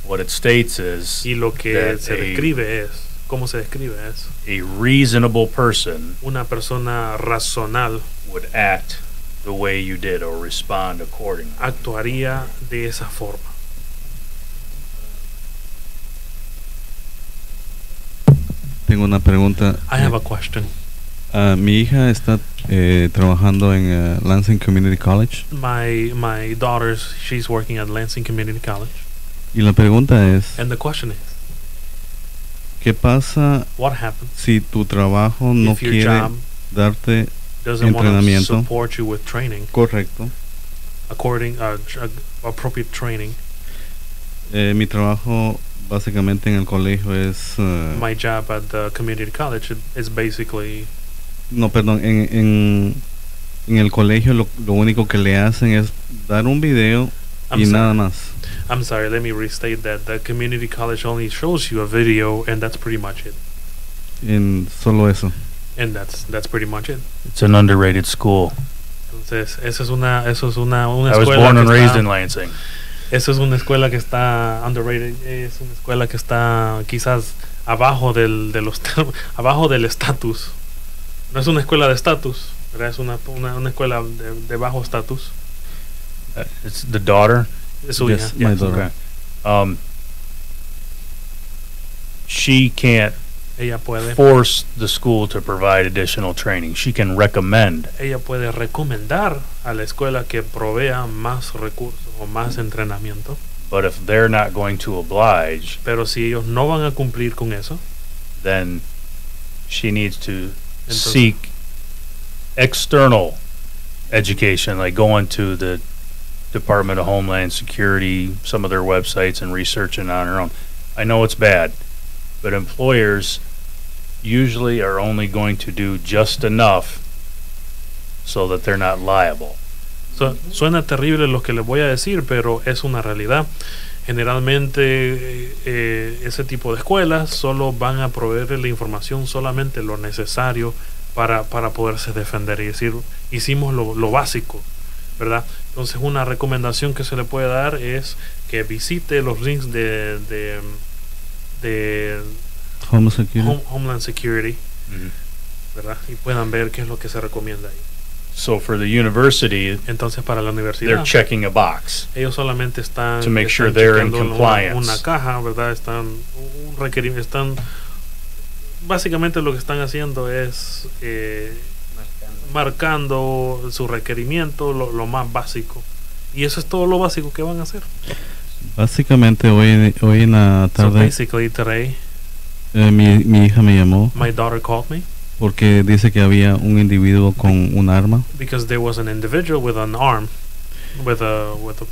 What it states is
y lo que
That
se
a-
describe es cómo se describe es
a reasonable person
una persona razonal
would act the way you did or respond accordingly.
actuaría de esa forma.
Tengo una pregunta.
I have a question.
Ah, mi hija está eh, trabajando en eh, Lansing Community College
My my daughter's she's working at Lansing Community College.
y la pregunta es,
And the question is,
¿Qué pasa
What happens
si tu trabajo no
if your
quiere
job
darte
doesn't want to
entrenamiento.
support you with training,
correcto?
according uh, tr- uh, appropriate training?
Eh, mi trabajo básicamente en el colegio es...
Uh.
eh,
My job at the community college it- is basically
no, perdón, en, en, en el colegio lo, lo único que le hacen es dar un video
I'm
y
sorry.
nada más.
I'm sorry, let me restate that. The community college only shows you a video, and that's pretty much it.
En solo eso.
And that's that's pretty much it.
It's an underrated school.
Entonces, eso es una, eso es una, una
I was
escuela
born
que
and raised
está-
in Lansing.
eso es una escuela que está underrated, es una escuela que está quizás abajo del, de los, abajo del estatus. No es una escuela de estatus, ¿verdad? es una, una, una escuela de, de bajo estatus.
Uh, It's the daughter.
Es suya.
Yes,
ya.
my daughter.
Okay. Um, she can't
Ella puede,
force the school to provide additional training. She can recommend.
ella puede recomendar a la escuela que provea más recursos o más entrenamiento.
But if they're not going to oblige,
Pero si ellos no van a cumplir con eso,
then she needs to
Entonces-
seek external education, like going to the Department of Homeland Security, some of their websites, and researching on her own. I know it's bad, but employers usually are only going to do just enough so that they're not liable.
Su- suena terrible lo que les voy a decir, pero es una realidad. Generalmente eh, eh, ese tipo de escuelas solo van a proveer la información solamente lo necesario para, para poderse defender y decir, hicimos lo, lo básico, ¿verdad? Entonces una recomendación que se le puede dar es que visite los rings de, de, de
Homo security.
Home- Homeland Security, ¿verdad? Y puedan ver qué es lo que se recomienda ahí.
So for the university,
Entonces para la universidad...
they're checking a box.
ellos solamente están,
To make
están
sure they're in
chequeando una-
compliance.
Una, caja, ¿verdad? Están un requerimiento, están básicamente lo que están haciendo es eh, marcando su requerimiento, lo, lo más básico. Y eso es todo lo básico que van a hacer.
Básicamente hoy, hoy en la
So
tarde
basically today
eh, mi, mi hija me llamó
my daughter called me
porque dice que había un individuo con un arma.
because there was an individual with an arm with a with a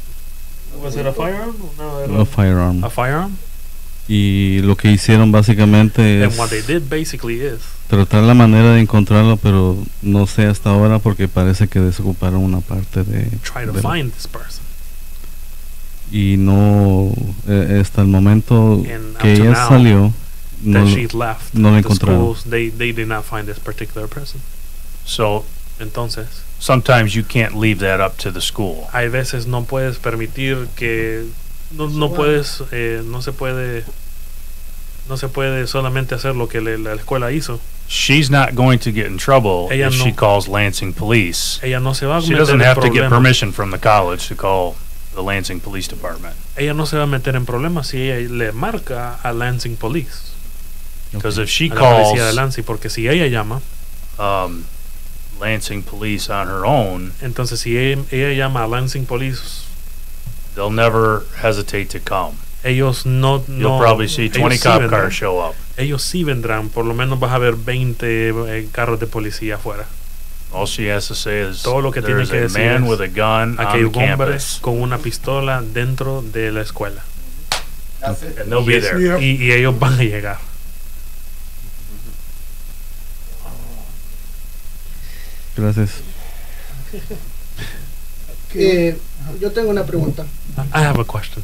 was it a firearm? No, era
A firearm.
a firearm.
Y lo que hicieron básicamente
And
es
what they did basically is
tratar la manera de encontrarlo, pero no sé hasta ahora porque parece que desocuparon una parte de...
try to
de la-
find this person.
y no... eh, hasta el momento
And up
que
to
ella
now,
salió, no,
that
lo-
she left
no la
the
encontraron.
schools, they, they did not find this particular person.
So
Entonces,
sometimes you can't leave that up to the school.
hay veces no puedes permitir que no, no
Bueno.
puedes eh, no se puede no se puede solamente hacer lo que le- la escuela hizo.
She's not going to get in trouble
Ella
if
no-
she calls Lansing Police.
Ella no se va a
She
meter
doesn't
en
have to get
problemas.
permission from the college to call the Lansing Police Department
Ella no se va a meter en problemas si ella le marca a Lansing Police,
because if she
a la policía de
calls
Lansing, porque si ella llama,
um, Lansing Police on her own,
entonces si e- ella llama a Lansing Police,
they'll never hesitate to come.
ellos no
You'll
no
probably see
ellos
20
sí
cop
vendrán.
cars show up.
ellos sí vendrán, por lo menos vas a ver 20 eh, carros de policía afuera.
All she has to say is
Todo lo que tiene
there's
que
a
decir
man
es,
with a gun
Aquí hay
on
un hombre
campus,
con una pistola dentro de la escuela.
That's it.
and they'll be
Yes.
there.
Y, y ellos van a llegar.
Gracias.
Que-
Eh, yo tengo una pregunta.
I have a question.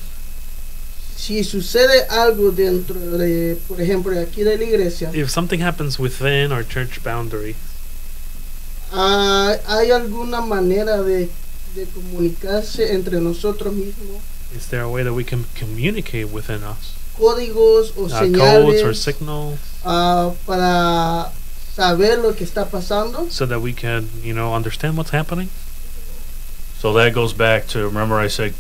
Si sucede algo dentro de, por ejemplo, de aquí de la iglesia,
If something happens within our church boundary,
ah, ¿hay alguna manera de, de comunicarse entre nosotros mismos?
is there a way that we can communicate within us?
Códigos o
Uh, codes or
Pues señales
signals
ah, para saber lo que está pasando.
so that we can, you know, understand what's happening?
So that goes back to remember I said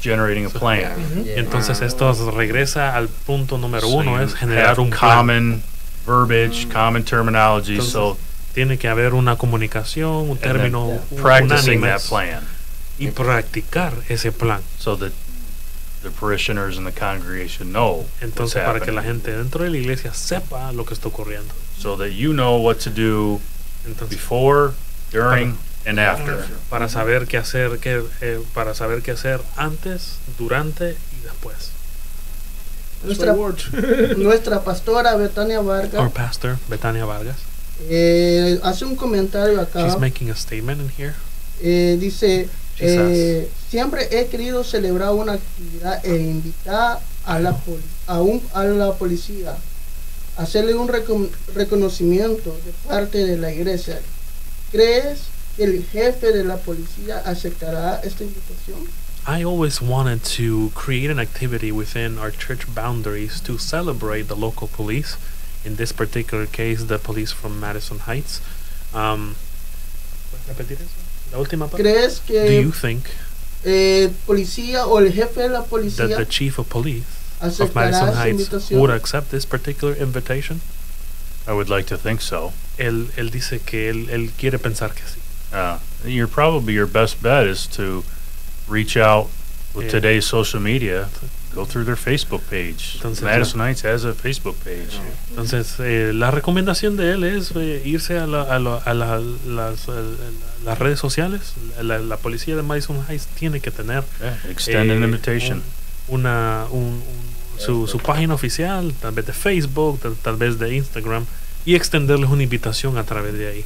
generating a plan.
Yeah.
Entonces esto regresa al punto número
So
uno,
you
es generar
have
un plan.
common verbiage, common terminology, so
Tiene que haber una comunicación, un
then
término
practicing
unánime
that plan.
y practicar ese plan.
so that
the parishioners and the congregation know. what's
Entonces, para que la
happening,
gente dentro de la iglesia sepa lo que está ocurriendo.
so that you know what to do
Entonces,
before, during, and after.
para saber qué hacer, qué, eh, para saber qué hacer antes, durante y después.
Nuestra, nuestra pastora Betania
Our
Vargas
pastor, Betania Vargas,
eh, hace un comentario acá.
she's making a statement in here.
Eh, dice,
She
Uh-huh. eh, siempre he querido celebrar una actividad e invitar a la, poli- a un- a la policía, hacerle un recon- reconocimiento de parte de la iglesia. ¿Crees que el jefe de la policía aceptará esta invitación?
I always wanted to create an activity within our church boundaries to celebrate the local police, in this particular case, the police from Madison Heights. Um, La última parte.
¿Crees
Do
que
you think
el policía o el jefe de la
that the
policía
chief of police of Madison
aceptará su
Heights would
invitación?
accept this particular invitation?
I would like to think so.
Él, él dice que él, él quiere pensar que sí.
Uh, your probably your best bet is to reach out with
Yeah.
today's social media. Go through their Facebook page.
Entonces,
Madison Heights has a Facebook page.
Entonces, eh, la recomendación de él es eh, irse a, la- a la- a la- las, eh, la- las redes sociales. La, la policía de Madison Heights tiene que tener
Yeah, Extend an
eh,
invitation.
un- una, un- un- su, su página oficial, tal vez de Facebook, tal, tal vez de Instagram, y extenderles una invitación a través de ahí.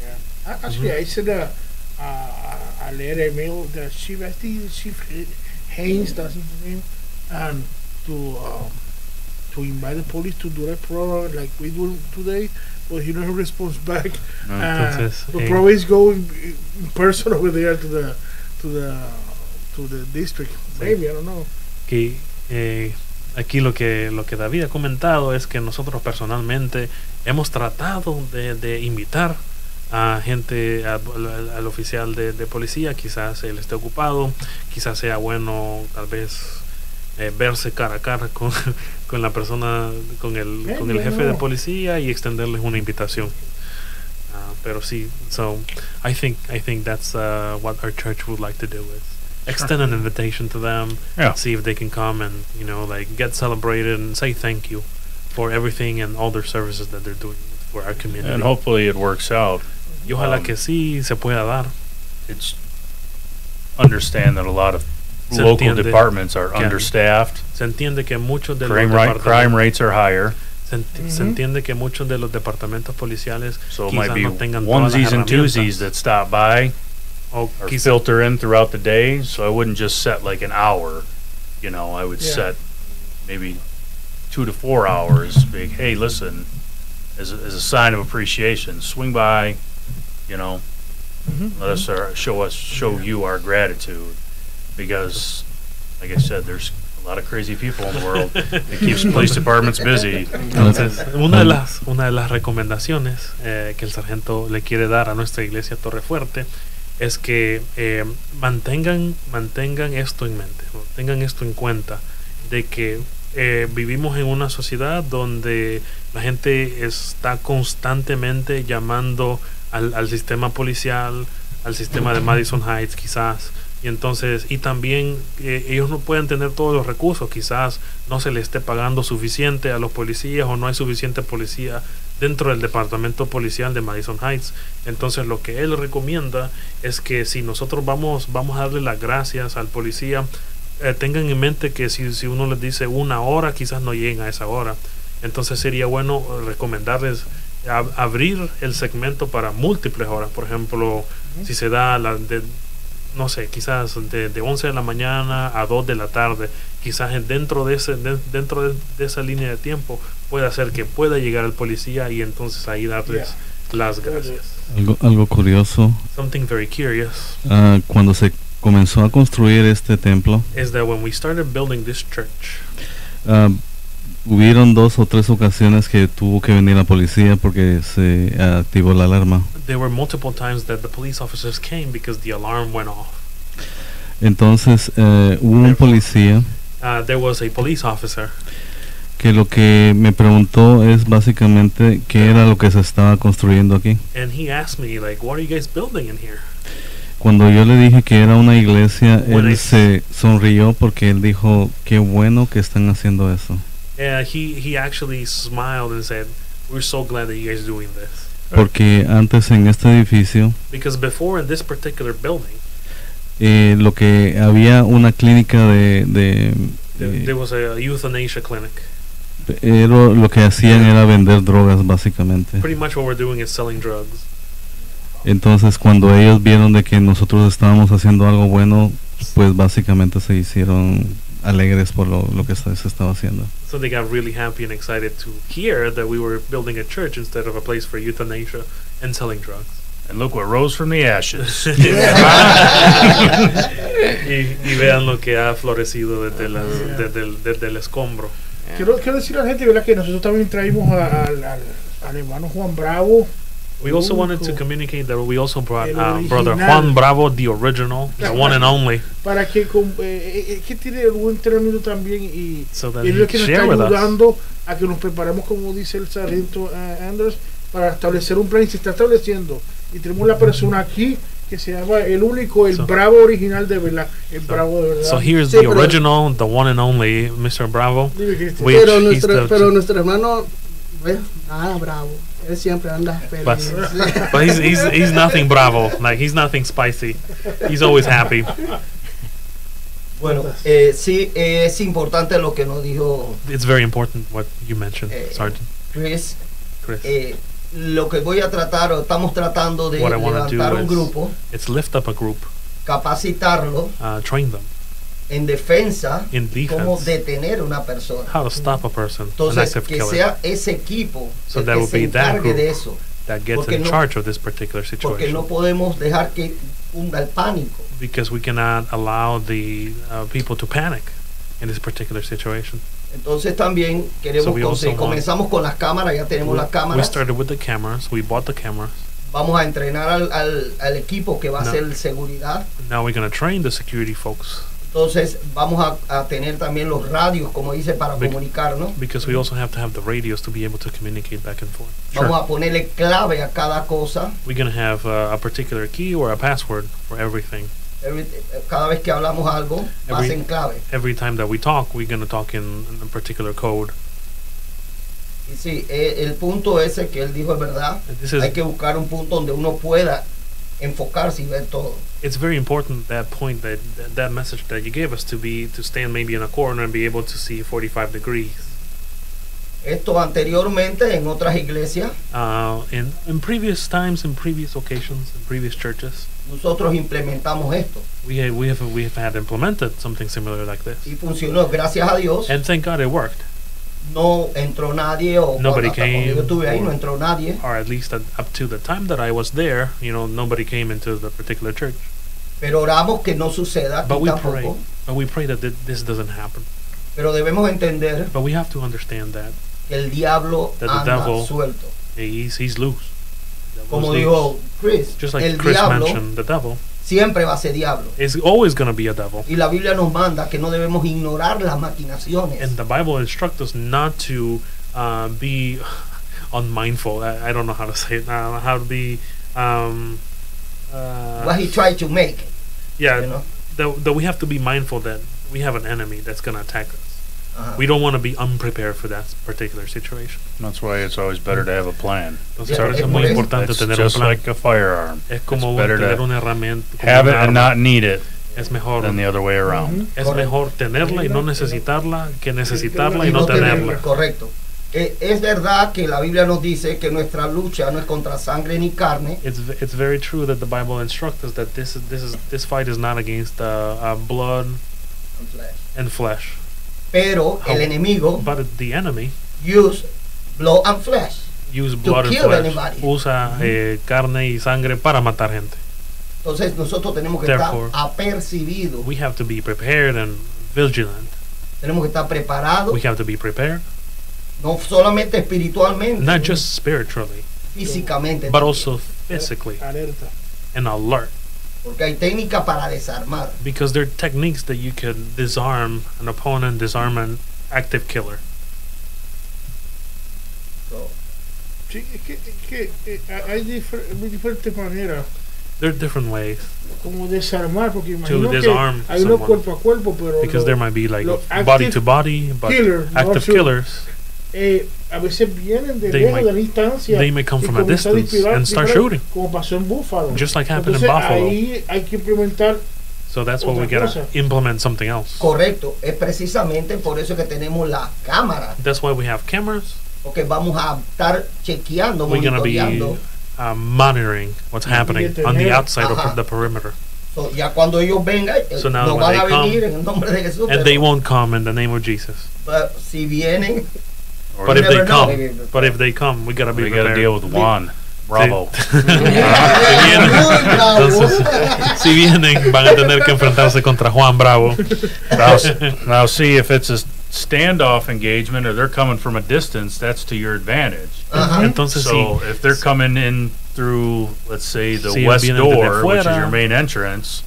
Yeah. A- Actually, I sent a, a, a letter mail the chief, I think it's Chief Ha- Haynes, that's his name, and to um, to invite the police to do a program like we do today, but he never responds back.
No,
uh,
Ah, entonces,
the
eh,
probably go in, in person over there to the to the to the district. Maybe I don't know.
que eh, aquí lo que lo que David ha comentado es que nosotros personalmente hemos tratado de, de invitar a gente a- al, al oficial de, de policía quizás él esté ocupado quizás sea bueno tal vez eh, verse cara a cara con, con la persona con el con el
Maybe,
jefe de
no.
policía y extenderles una invitación Ah, pero sí so I think I think that's uh, what our church would like to do is extend an invitation to them
Yeah.
see if they can come and you know like get celebrated and say thank you for everything and all their services that they're doing for our community.
And hopefully it works out.
y ojalá
um,
que sí se pueda dar.
It's understand that a lot of
Se
local
entiende.
departments are
Que-
understaffed.
Se entiende que muchos de
Crime, ri-
los
crime
departamentos
rates are higher,
se, enti- se
Mhm.
entiende que muchos de los departamentos policiales
so it
Quizás
might be
no tengan todas las
onesies and
herramientas.
twosies that stop by
o
or
quizá-
filter in throughout the day. So I wouldn't just set like an hour. You know, I would
Yeah.
set maybe two to four hours. Be hey, listen, as a, as a sign of appreciation, swing by. You know,
Mm-hmm.
let us
uh,
our, show us show you our gratitude because, like I said, there's a lot of crazy people in the world. It keeps police departments busy.
Entonces, una de las, una de las recomendaciones eh, que el sargento le quiere dar a nuestra iglesia Torrefuerte es que eh, mantengan, mantengan esto en mente, ¿no? tengan esto en cuenta, de que eh, vivimos en una sociedad donde la gente está constantemente llamando al, al sistema policial, al sistema de Madison Heights quizás, y entonces, y también eh, ellos no pueden tener todos los recursos, quizás no se le esté pagando suficiente a los policías o no hay suficiente policía dentro del departamento policial de Madison Heights. Entonces lo que él recomienda es que si nosotros vamos, vamos a darle las gracias al policía, eh, tengan en mente que si, si uno les dice una hora, quizás no lleguen a esa hora. Entonces sería bueno eh, recomendarles ab- abrir el segmento para múltiples horas. Por ejemplo, si se da la de, no sé, quizás de, de 11 de la mañana a 2 de la tarde, quizás en- dentro de ese de- dentro de, de esa línea de tiempo puede hacer que pueda llegar el policía y entonces ahí darles las gracias.
Algo, algo curioso,
Something very curious
ah, cuando se comenzó a construir este templo,
is that when we started building this church,
ah, hubieron dos o tres ocasiones que tuvo que venir la policía porque se activó la alarma.
there were multiple times that the police officers came because the alarm went off.
Entonces eh, hubo un policía
Uh, there was a police officer
que lo que me preguntó es básicamente qué era lo que se estaba construyendo aquí.
and he asked me like, "What are you guys building in here?"
Cuando yo le dije que era una iglesia,
Buena
él
idea.
se sonrió porque él dijo, qué bueno que están haciendo eso.
Yeah, he, he actually smiled and said, We're so glad that you guys are doing this.
Porque antes en este edificio,
Because before in this particular building,
eh, lo que había una clínica de... de-
there,
eh,
there was a euthanasia clinic.
pero lo que hacían era vender drogas básicamente.
Pretty much what we're doing is selling drugs.
Entonces cuando ellos vieron de que nosotros estábamos haciendo algo bueno, pues básicamente se hicieron alegres por lo, lo que se se estaba haciendo.
So they got really happy and excited to hear that we were building a church instead of a place for euthanasia and selling drugs.
And look what rose from the ashes.
y, y vean lo que ha florecido desde, las- desde el, desde el escombro.
Quiero, quiero decir a la gente, ¿verdad? Que nosotros también traímos a- al, al, al hermano Juan Bravo.
We also wanted to
Loco.
communicate that we also brought
El
uh, brother
original.
Juan Bravo, the original, the one and only,
para que con- eh, eh, que tiene algún término también y
so that
y es
he
lo que nos
could share
está
with us.
ayudando a que nos preparemos como dice el sargento eh, Anders para establecer un plan y se está estableciendo y tenemos la persona aquí que se llama el único el
So-
bravo original de verdad el bravo de verdad
So here's
Sí,
the
pero-
original, the one and only, Mr. Bravo.
Dime, Cristian.
We-
pero,
he's
nuestro,
the-
pero nuestro hermano,
pues,
bueno, nada bravo. Él siempre anda
But,
feliz.
but he's, he's, he's nothing bravo. Like, he's nothing spicy. He's always happy.
Bueno, eh, sí, eh, es importante lo que nos dijo
It's very important what you mentioned,
Eh,
Sergeant
Chris.
Chris.
Eh, lo que voy a tratar, o estamos tratando de
What I wanna do
levantar un
is-
grupo,
It's lift up a group,
capacitarlo
uh, train them
en defensa,
in
cómo
defense,
detener una persona.
how to stop a person, an
Entonces,
active
que
killer
sea ese equipo
So
el
that
que
would
se
be that
encargue de
group.
eso,
that gets
porque
in
no-
charge of this particular
porque
situation.
no podemos dejar que cunda el pánico.
because we cannot allow the uh, people to panic in this particular situation.
Entonces también queremos
So we also
conse-
want-
comenzamos con las cámaras, ya tenemos
we,
las
we
cámaras.
started with the cameras. We bought the cameras.
Vamos a entrenar al, al- al equipo que va
No.
a hacer seguridad.
Now we're gonna train the security folks
Entonces vamos a, a tener también los radios, como dice, para
Bec-
comunicarnos.
because we also have to have the radios to be able to communicate back and forth.
Vamos a ponerle clave a cada cosa.
We're gonna have uh, a particular key or a password for everything.
Every- cada vez que hablamos algo, va a
Every-
ser en clave.
Every time that we talk, we're gonna talk in, in a particular code.
Y sí, eh, el punto ese que él dijo es verdad.
And This
Hay
is
que buscar un punto donde uno pueda enfocarse y ver todo.
it's very important that point that that, that message that you gave us to be to stand maybe in a corner and be able to see 45 degrees.
Esto anteriormente en otras iglesias
Uh, in in previous times, in previous occasions, in previous churches,
nosotros implementamos esto
we have, we have we have had implemented something similar like this,
y funcionó. Gracias a Dios
and thank God it worked,
no entró nadie o cuando,
Nobody
hasta cuando
came.
yo estuve ahí no entró nadie,
or at least at, up to the time that I was there. You know, nobody came into the particular church,
pero oramos que no suceda aquí
But we
tampoco.
pray. but we pray that th- this doesn't happen.
Pero debemos entender
But we have to understand that
que el diablo
That the
anda
devil
suelto.
he's he's loose. The devil's
Como
loose.
dijo Chris,
just like
el
Chris
diablo
mentioned, the devil
siempre va a ser diablo.
is always going to be a devil,
Y la Biblia nos manda que no debemos ignorar las maquinaciones.
and the Bible instructs us not to uh, be unmindful. I, I don't know how to say it. I don't know how to be. Um, uh,
What he tried to make.
yeah,
you know?
that, that we have to be mindful that we have an enemy that's going to attack us.
Ajá.
We don't want to be unprepared for that particular situation.
That's why it's always better to have a plan.
Entonces,
Yeah,
por eso es
eh,
muy
por eso-
importante
It's
tener un
just
plan.
like a firearm.
es como
it's better
tener
to
una herramienta. como
Have it
un
and
arma.
not need it
es mejor,
than the other way around.
es
Correcto.
mejor tenerla y no necesitarla que necesitarla y
Y
no
no
tenerla.
Correcto. Eh, es verdad que la Biblia nos dice que nuestra lucha no es contra sangre ni carne,
It's v- it's very true that the Bible instructs us that this is this is this fight is not against uh, uh, blood and flesh,
pero el enemigo
but the enemy
use blood and flesh.
use blood and
kill
flesh,
anybody. Mm-hmm.
usa eh, carne y sangre para matar gente.
Entonces nosotros tenemos que
Therefore,
estar apercibidos,
We have to be prepared and vigilant.
tenemos que estar preparados,
We have to be prepared,
no solamente espiritualmente,
not just spiritually,
físicamente,
but also physically
eh, alerta
and alert,
porque hay técnica para desarmar.
because there are techniques that you can disarm an opponent, disarm an active killer.
So,
sí, es que, es que, eh, hay difer- muy diferentes maneras
there are different ways
como desarmar, porque imagino que
disarm
hay unos
someone.
cuerpo a cuerpo, pero
because
lo-
there might be like
lo
body
active
to body, but
killer, no
active
shoot.
killers.
eh, a veces vienen de
They
lejos,
might-
de la distancia,
they may come
y
from a
comienzan a
distance
disparar,
and start
disparar,
shooting.
como pasó en Buffalo.
Just like happened in
Entonces,
Buffalo.
ahí hay que implementar
So that's what we
Otra
gotta
cosa.
implement something else.
Correcto, es precisamente por eso que tenemos las cámaras,
That's why we have cameras.
porque vamos a estar chequeando,
We're gonna be
monitoreando.
uh, monitoring what's happening on the outside of
Uh-huh.
Ajá.
the perimeter,
So, ya cuando ellos vengan, eh,
So now
no
when
van
they
a venir
come,
en el nombre de Jesús.
and
pero-
they won't come in the name of Jesus.
pero si vienen,
Or
But if
never
they
know.
come, but if they come, we gotta be
we got to
prepared.
deal with Juan. Bravo.
Entonces, si vienen, van a tener que enfrentarse contra Juan Bravo.
now, s- now see if it's a standoff engagement or they're coming from a distance. That's to your advantage.
Entonces,
So
si,
if they're coming in through, let's say, the
Sí,
west
vienen desde
door, which is
fuera.
your main entrance,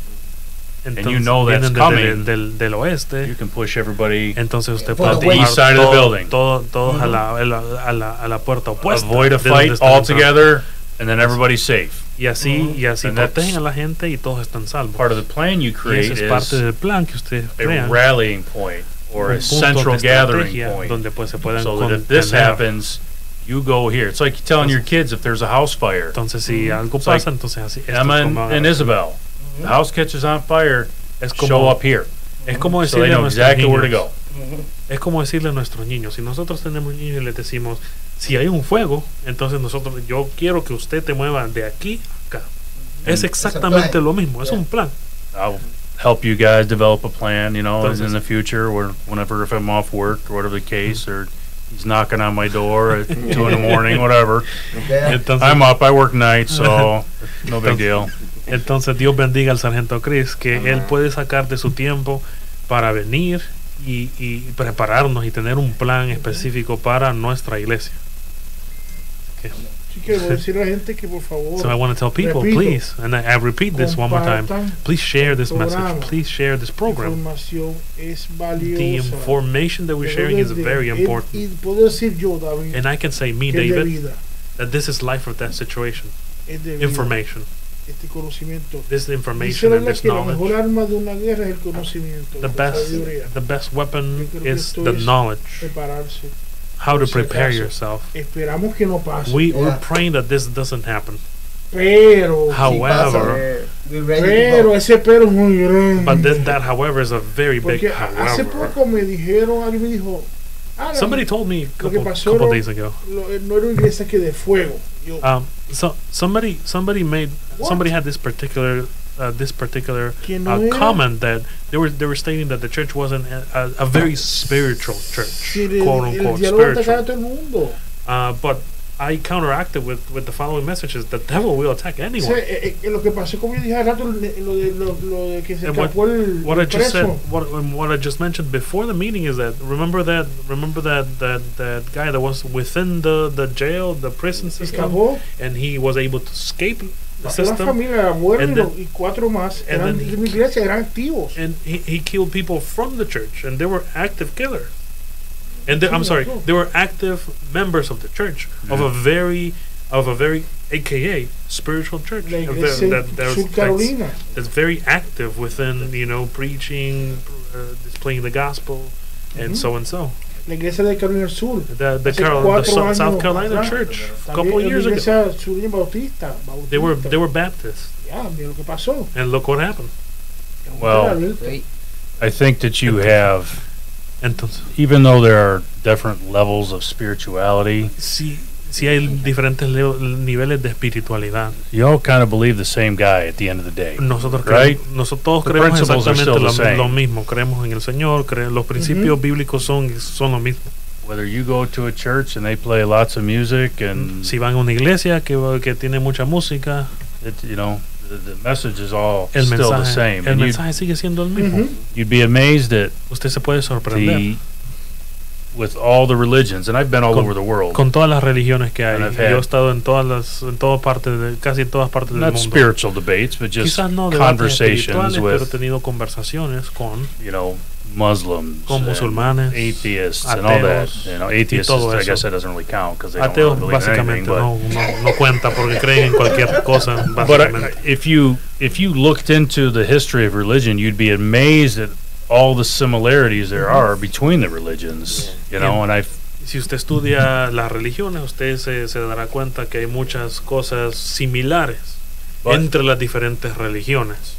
entonces
you know that's
vienen desde-
coming.
del, del
you
oeste,
can push everybody.
entonces usted
For
puede
the
tomar
west
side of the
todo-
building.
todo- todos a la, a la- a la- a la puerta opuesta.
avoid a
de donde
fight
están entrando.
altogether, and then everybody's safe.
Y así, y así
And that's
protegen a la gente y todos están salvos.
Part of the plan you
Y
create
ese es parte
is
del plan que ustedes
a
crean.
rallying point or
un
a
punto
central
de
gathering
estrategia
point.
donde pues se puedan
So that if this
contener.
happens, you go here. It's like telling your kids if there's a house fire.
Entonces,
Mm.
si algo
It's like
pasa, entonces así. esto es
Emma and,
como
and Isabel,
ah.
the house catches on fire.
es
show
como
up here.
es como
So they
decirle a
know
nuestros
exactly where to
niños-
go.
es como decirle a nuestros niños, si nosotros tenemos niños y les decimos, si hay un fuego, entonces nosotros, yo quiero que usted te mueva de aquí a acá. Es
And-
exactamente
plan.
lo mismo, es un plan.
I'll help you guys develop a plan, you know,
Entonces-
in the future, or whenever if I'm off work or whatever the case, or he's knocking on my door at two in the morning, whatever.
ya,
Entonces,
I'm up. I work nights, so no big deal.
entonces Dios bendiga al sargento Chris, que él puede sacar de su tiempo para venir y, y prepararnos y tener un plan específico para nuestra iglesia.
sí quiero decirle a la gente que por favor
So I want to tell people,
Repito.
please, and I, I repeat this one more time.
compartan.
Please share this message.
Programa.
Please share this
La
program.
información es
The
valiosa.
information that we're sharing is
Debes de-
very
y-
important.
Y puedo decir yo, David,
And I can say, me,
que es de
David,
vida.
that this is life or death situation.
Es de vida,
Information.
Este conocimiento.
This
Dice
information
la
and
Biblia
this
que la mejor
knowledge.
arma de una guerra es el conocimiento. la
The best,
sabiduría.
the best weapon
Yo creo que
is
esto
the
es
knowledge.
Prepararse.
How to
por si
prepare
acaso.
yourself.
Esperamos que no pase.
We, we're
Yeah.
praying that this doesn't happen.
pero,
However,
eh, we ready to
pero,
go.
ese pero es muy grande.
but then that, however, is a very big
Porque a- hace
however.
poco me dijeron, alguien me dijo, ah, la-
Somebody told me a
Lo que
couple,
pasó
couple
no-
days ago.
lo- eh, no era una iglesia que de fuego. Yo,
Um, so somebody, somebody made,
What?
somebody had this particular, uh, this particular
que no
a
era
comment that they were they were stating that the church wasn't a, a, a very spiritual church,
si el,
quote
el
unquote
diablo va a atacar a
spiritual.
todo el mundo.
Uh, but I counteracted with with the following messages: the devil will attack
O sea,
anyone.
eh, eh, lo que pasó, como yo dije hace rato, lo de, lo, lo de que se
And what-
escapó el,
What
el
I just said,
preso.
what um, what I just mentioned before the meeting is that remember that remember that that that guy that was within the the jail, the prison
se
system,
escapó,
and he was able to escape the
pasó la
system.
familia, la muerte
And
y lo-
then-
y cuatro más
and
eran
then he-
de mi iglesia, eran activos.
and he, he killed people from the church, and they were active killers. And they, I'm sorry, they were active members of the church of a very, of a very, AKA spiritual church
La
of the-
iglesia
that-
en
that's-
Sur
that's,
Carolina.
that's very active within you know preaching, uh, displaying the gospel, and so and so.
La iglesia de Carolina del Sur.
The the,
Mm-hmm. Hace
Carol, the
cuatro
Sou- South
años
Carolina
atrás,
church a
También
couple
la
years ago,
iglesia sureña bautista, bautista.
they were they were Baptists,
Ya, mira lo que pasó.
and look what happened.
Well,
Alberto.
Sí.
I think that you have,
Entonces,
even though there are different levels of spirituality,
sí, sí hay diferentes leo- niveles de espiritualidad.
you all kind of believe the same guy at the end of the day.
Nosotros,
Right?
creemos, nosotros todos
The
creemos
principles are
exactamente
still the
lo,
same.
lo mismo. Creemos en el Señor, cre- los principios bíblicos son, son lo mismo.
Whether you go to a church and they play lots of music and
Si van a una iglesia que, va- que tiene mucha música,
it, you know the, the message is all
el
still the
mensaje,
same.
el
And you'd,
mensaje sigue siendo el mismo.
Ujú.
you'd be amazed at
Usted se puede sorprender.
the with all the religions, and I've been all
Con-
over the world.
Con todas las religiones que hay.
And I've
Yo he
had-
estado en todas las, en todas partes, de- casi en todas partes del
Not
mundo.
spiritual debates, but just
Quizás no debates espirituales,
conversations
pero he
with
tenido conversaciones con
you know Muslims,
Con
and
musulmanes,
atheists, and all that.
ateos,
You know,
y
atheists,
todo
I
eso.
guess that doesn't really count because they
ateos,
don't really believe in anything.
básicamente
But,
no, no, no cuenta porque creen en cualquier cosa,
but I-
básicamente.
if you if you looked into the history of religion, you'd be amazed at all the similarities there are between the religions. You know,
Mm-hmm. Yeah.
and I've
Si usted estudia las religiones, usted se, se dará cuenta que hay muchas cosas similares
But-
entre las diferentes religiones.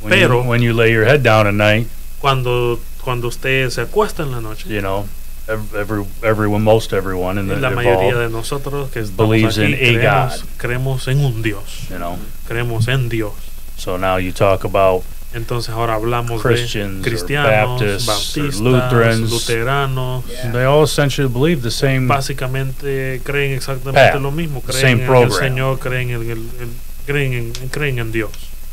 when, you-
Pero-
when you lay your head down at night,
Cuando, cuando usted se acuesta en la noche,
you know, ev- every everyone, most everyone, and
la mayoría de nosotros que estamos
believes
aquí
in a
creemos, creemos en un Dios,
you know.
creemos en Dios.
So now you talk about
Entonces ahora hablamos
Christians or
de cristianos,
Baptists or
bautistas,
Lutherans. Hmm.
luteranos.
they all essentially believe the same.
Básicamente creen exactamente
Path.
lo mismo, creen
Same
en
program.
el Señor, creen en, el, el- creen en, creen en Dios.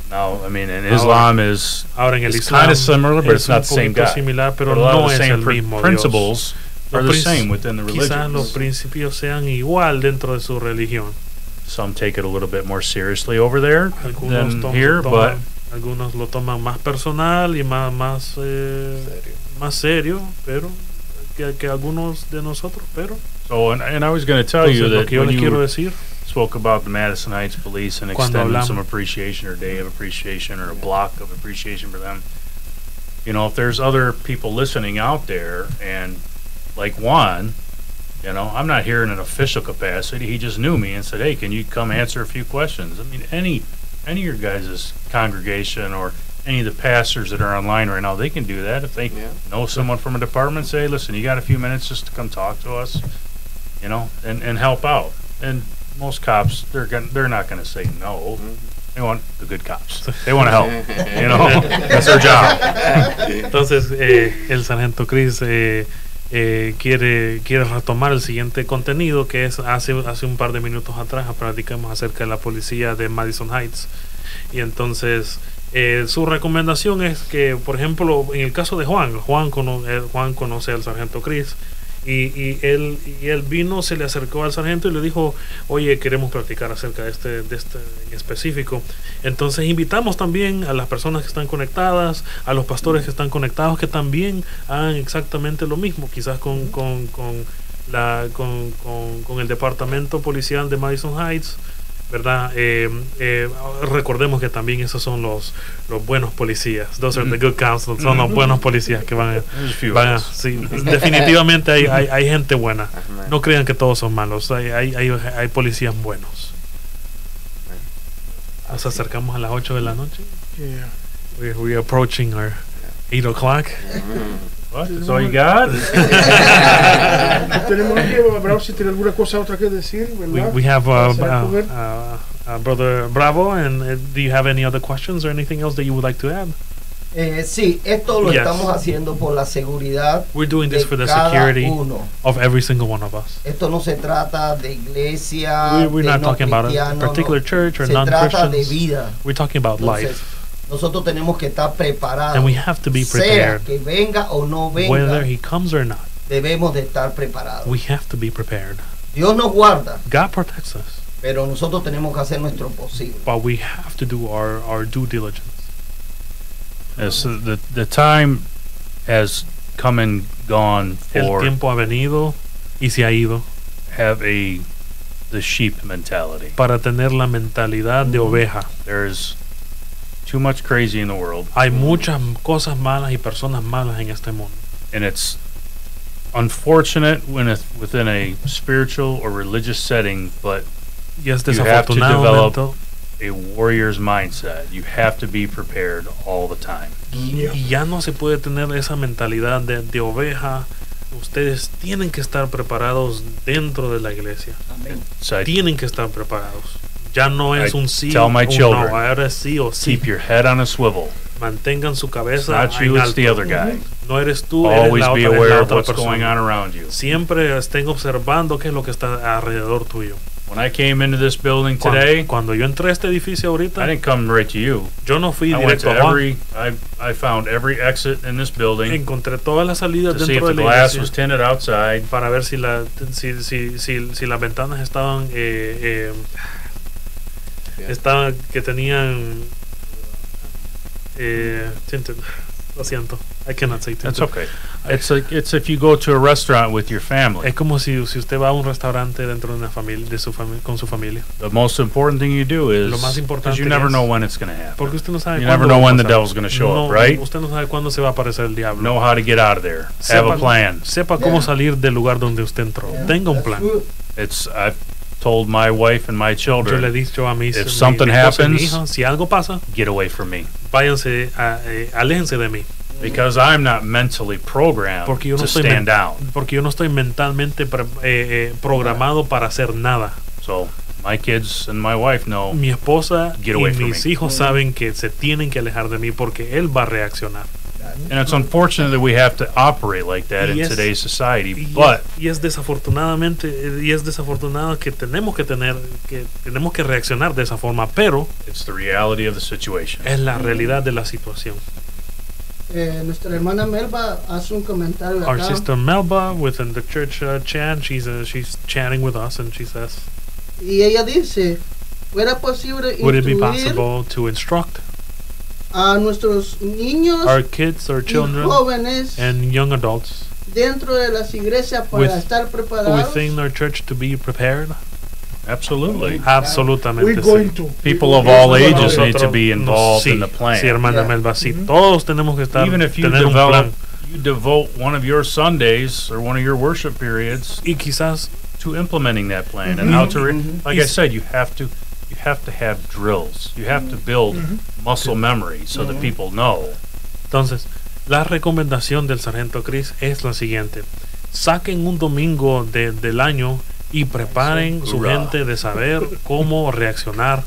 Now, I mean, and
Ahora-
Islam is
Ahora en el
It's
Islam
kinda similar, but
es
it's
un
not the same
poquito
God.
similar, pero
a lot
no
of the
es
same
el
pr-
mismo Dios.
principles
Los
are the
princ-
same within the
Quizás
religions.
los principios sean igual dentro de su religión.
Some take it a little bit more seriously over there
Algunos,
than
tom-
here, but
toman- algunos lo toman más personal y más más eh, más serio, pero que, que algunos de nosotros, pero
so. And, and I was going to tell
entonces,
you
lo
that
que yo
when
les
you
quiero decir
spoke about the Madison Heights police and
Cuando
extending
hablamos-
some appreciation or day of appreciation or a block of appreciation for them. You know, if there's other people listening out there and like Juan, you know, I'm not here in an official capacity. He just knew me and said, "Hey, can you come answer a few questions?" I mean, any any of your guys' congregation or any of the pastors that are online right now, they can do that if they
Yeah.
know someone from a department. Say, "Listen, you got a few minutes just to come talk to us," you know, and and help out. And most cops, they're gonna, they're not going to say no. They want the good cops. They want to help. You know, that's their job.
Entonces, eh, el sargento Chris eh, eh, quiere, quiere retomar el siguiente contenido que es hace, hace un par de minutos atrás platicamos acerca de la policía de Madison Heights. Y entonces, eh, su recomendación es que, por ejemplo, en el caso de Juan, Juan, cono- eh, Juan conoce al sargento Chris. Y, y él, y él vino, se le acercó al sargento y le dijo, oye, queremos platicar acerca de este, de este en específico. Entonces invitamos también a las personas que están conectadas, a los pastores que están conectados, que también hagan exactamente lo mismo, quizás con, con, con la, con, con- con el departamento policial de Madison Heights. ¿Verdad? Eh, eh, recordemos que también esos son los, los buenos policías. Those are the good counsel. Son los buenos policías que van a,
There's a few.
van a-
of us.
sí, definitivamente hay, hay, hay gente buena. No crean que todos son malos. Hay, hay, hay, hay policías buenos. Nos acercamos a las 8 de la noche.
Yeah.
We, we approaching our 8 o'clock.
What? That's all you got?
Tenemos que ver si tiene alguna cosa otra que decir,
We,
¿verdad?
we have uh,
Pasar a comer.
uh, uh, uh, brother Bravo. And uh, do you have any other questions or anything else that you would like to add?
Eh, sí, esto lo
Yes.
estamos haciendo por la seguridad
We're doing
de
this for the
cada
security
uno.
of every single one of us.
Esto no se trata de iglesia,
We, we're
Ah, de
not
no
talking about a
cristiano, no.
particular church or
Se trata de
non-Christians.
vida.
We're talking about
Entonces,
life.
nosotros tenemos que estar preparados.
And we have to be
sea
prepared.
que venga o no
Whether
venga,
he comes or not,
debemos de estar preparados.
we have to be prepared.
Dios nos guarda,
God protects us,
pero nosotros tenemos que hacer nuestro posible.
but we have to do our, our due diligence.
Yeah, so the the time has come and gone
El
for
tiempo ha venido y se ha ido
have a the sheep mentality.
para tener la mentalidad de oveja.
There's too much crazy in the world,
Hay muchas cosas malas y personas malas en este mundo.
and it's unfortunate when it, within a spiritual or religious setting, but
Y es
You have to develop-
desafortunado
a warrior's mindset. You have to be prepared all the time.
y, y ya no se puede tener esa mentalidad de, de oveja. Ustedes tienen que estar preparados dentro de la iglesia.
So I
Tienen que estar preparados. Ya no es
I
un sí
tell my
o un
children,
no. Ahora es sí o sí.
keep your head on a swivel.
Mantengan su
It's
cabeza
not you,
en
it's
alto.
the other guy.
No eres tú, eres
Always
la
be
otra, eres la
aware of
otra
what's going on
persona.
around you.
Siempre estén observando qué es lo que está alrededor tuyo.
When I came into this building
Cuando,
today,
cuando yo entré a este edificio
I
ahorita,
didn't come right to you.
yo no fui
I went
directo
to
a Juan.
every. I I found every exit in this building
Encontré todas las salidas
to see if
dentro
the
de la
glass
iglesia
was tinted outside.
para ver si, la, si, si, si, si las ventanas estaban eh, eh,
Bien.
estaban que tenían eh, tinted. lo siento I cannot say tinted.
That's okay. It's like it's if you go to a restaurant with your family.
es como si, si usted va a un restaurante dentro de una familia de su fami- con su familia
The most important thing you do is
Lo más
'cause you
importante
never
es-
know when it's going to happen.
porque usted no sabe
You
cuándo
never know
va a
when the
pasar.
devil's gonna show up,
No,
right?
usted no sabe cuándo se va a aparecer el diablo
Know how to get out of there. Have a
Sepa-
plan.
sepa cómo
Yeah.
salir del lugar donde usted entró
Yeah,
tenga un
that's
plan
true.
It's I've told my wife and my
yo le he
children
dicho a mis,
If
mi
something
esposa y mi
happens-
hija, si algo pasa
get away from me
váyanse a- eh, aléjense de mí
because I'm not mentally programmed
Porque yo no
to
soy
stand
men-
down.
porque yo no estoy mentalmente pre- eh, eh, programado para hacer nada.
So my kids and my wife know
Mi esposa
Get
y
away from
mis
me.
Mm.
hijos saben que se tienen que alejar de mí porque él va a reaccionar.
and it's unfortunate that we have to operate like that in
Yes.
today's society,
Y,
but
es, y es desafortunadamente eh, y es desafortunado que tenemos que tener que tenemos que reaccionar de esa forma, pero
it's the reality of the situation.
es la realidad de la situación.
Eh, nuestra hermana Melba hace un comentario
Our
acá
sister Melba within the church uh, chat, she's uh, she's chatting with us and she says,
y ella dice, ¿fuera posible
"Would it be
instruir
possible to instruct
a nuestros niños
our kids, our
y
children,
jóvenes
and young adults
dentro de las iglesias para
With-
estar preparados?
within our church to be prepared?"
Absolutely.
Absolutamente
We're going to.
People of
We're
all
going to.
ages need to
Nosotros-
be involved
sí,
in the plan.
Sí, hermana
Yeah.
Melba, sí,
Mhm.
todos tenemos que estar
Even if you
tener un
develop,
plan.
you devote one of your Sundays or one of your worship periods
Y quizás
to implementing that plan and how to. Re- like I
Mm-hmm. Yes.
said, you have to, you have to have drills. You have
Mm-hmm.
to build muscle memory so that people know.
Entonces, la recomendación del sargento Chris es la siguiente. Saquen un domingo de- del año y preparen su
Hurra.
gente de saber cómo reaccionar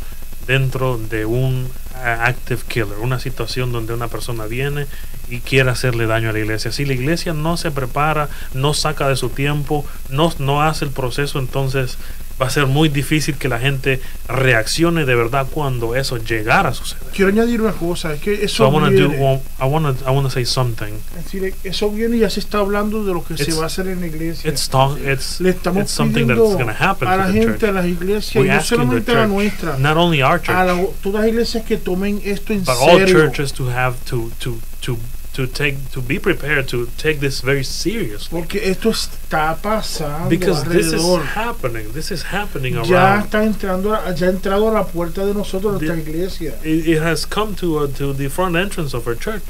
dentro de un eh, active killer, una situación donde una persona viene y quiere hacerle daño a la iglesia. Si la iglesia no se prepara, no saca de su tiempo, no, no hace el proceso, entonces va a ser muy difícil que la gente reaccione de verdad cuando eso llegara a suceder.
Quiero añadir una cosa, es que
So I
eso
want to do.
viene,
one- I want to. I want to say something.
es decir, eso viene y ya se está hablando de lo que se
It's-
va a hacer en la iglesia.
It's talk. It's.
Le estamos
It's something that's
pidiendo
gonna happen
a
to
la
the
gente,
church.
a las iglesias,
We're
y no
asking the
solamente a la
church,
nuestra,
Not only our church,
a la- todas las iglesias que tomen esto en
but all
serio.
churches to have to to to to take to be prepared to take this very seriously
Porque esto está pasando
because this is
alrededor.
happening. This is happening
ya
around.
está entrando, a- ya ha entrado a la puerta de nosotros, nuestra
The-
iglesia.
It, it has come to uh, to the front entrance of our church.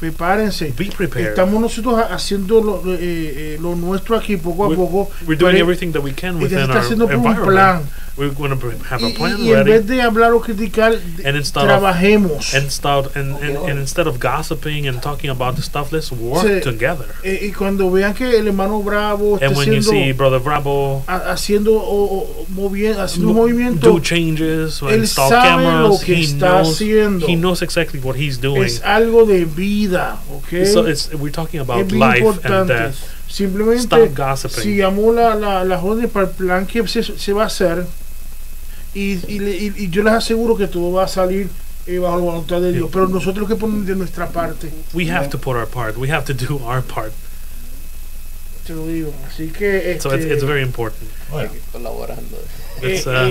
Prepárense.
Be prepared.
Estamos nosotros ha- haciendo lo, eh, eh, lo nuestro aquí poco a
We-
poco.
We're doing
Pero-
everything that we can
y ya se está
within our
haciendo por un
environment.
plan.
We're going to have
Y,
a plan
y- y en
ready
vez de hablar o criticar, de-
and instead of
trabajemos.
and start and, and,
Okay.
and instead of gossiping and talking about the stuff, let's work
Sí.
together.
Eh, y cuando vean que el hermano Bravo está
And when you
haciendo,
see Brother Bravo
ha- haciendo, o, o- movi- haciendo un
mo-
movimiento,
do changes,
él
install
sabe lo
cameras,
que
he
está
knows,
haciendo.
he knows exactly what he's doing.
es algo de vida, ¿ok?
so it's, we're talking about
es bien
life and
importante.
death. Stop
Simplemente
gossiping.
sigamos la, la, las órdenes para el plan que se, se va a hacer y, y, le- y- y yo les aseguro que todo va a salir eh, bajo la voluntad de Dios. Pero nosotros que ponemos de nuestra parte,
we have to put our part. We have to do our part.
te lo digo. Así que
So it's,
este,
it's very important.
Colaborando.
It's,
eh,
uh,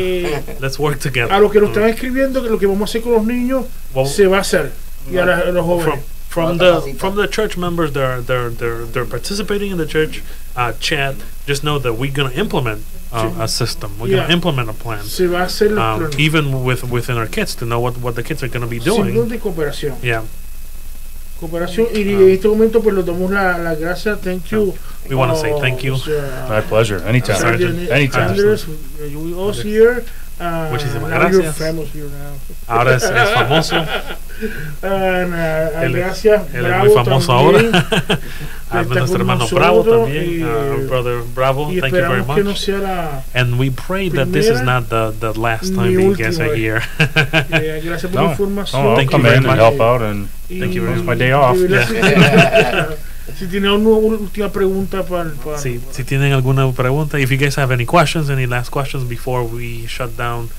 eh,
let's work together.
a los que nos están escribiendo que lo que vamos a hacer con los niños
Well,
se va a hacer y a, la- a los jóvenes. Ah,
from Oh. from
Otra
the
cosita.
from the church members that are they're they're, they're participating in the church uh, chat. Just know that we're gonna implement uh, a system. We're gonna
Yeah.
implement a plan.
se va a hacer el
Um,
plan.
even with within our kids to know what what the kids are gonna be doing.
Simplemente cooperación.
Yeah,
Cooperación. Y
Ah.
en este momento pues les damos la, la gracias. Thank you.
we want to say
Oh,
thank you.
o
Uh-huh.
sea,
My pleasure. Anytime.
Sergeant.
Anytime.
Anders, we all see here. Uh,
Muchísimas
now you're
gracias.
famous here now.
Ahora es, es famoso,
And, uh,
Él es-
gracias.
él es
Bravo
muy famoso
también.
ahora. a
está
nuestro
con
hermano Bravo
nosotros
también,
y-
uh, our brother Bravo.
Y
Thank you very
esperamos que no
much.
sea la.
And we pray that this is
primera
not the the last time
ni
that you guys
última
are
vez.
here.
eh, gracias por
No,
la información.
Oh, I'll
Thank you
come
very
in and
much.
help out and
Y-
Thank you very
much. My day off.
y-
Yeah.
Si tiene una última pregunta para el para-
Sí, si tienen alguna pregunta, if you guys have any questions, any last questions before we shut down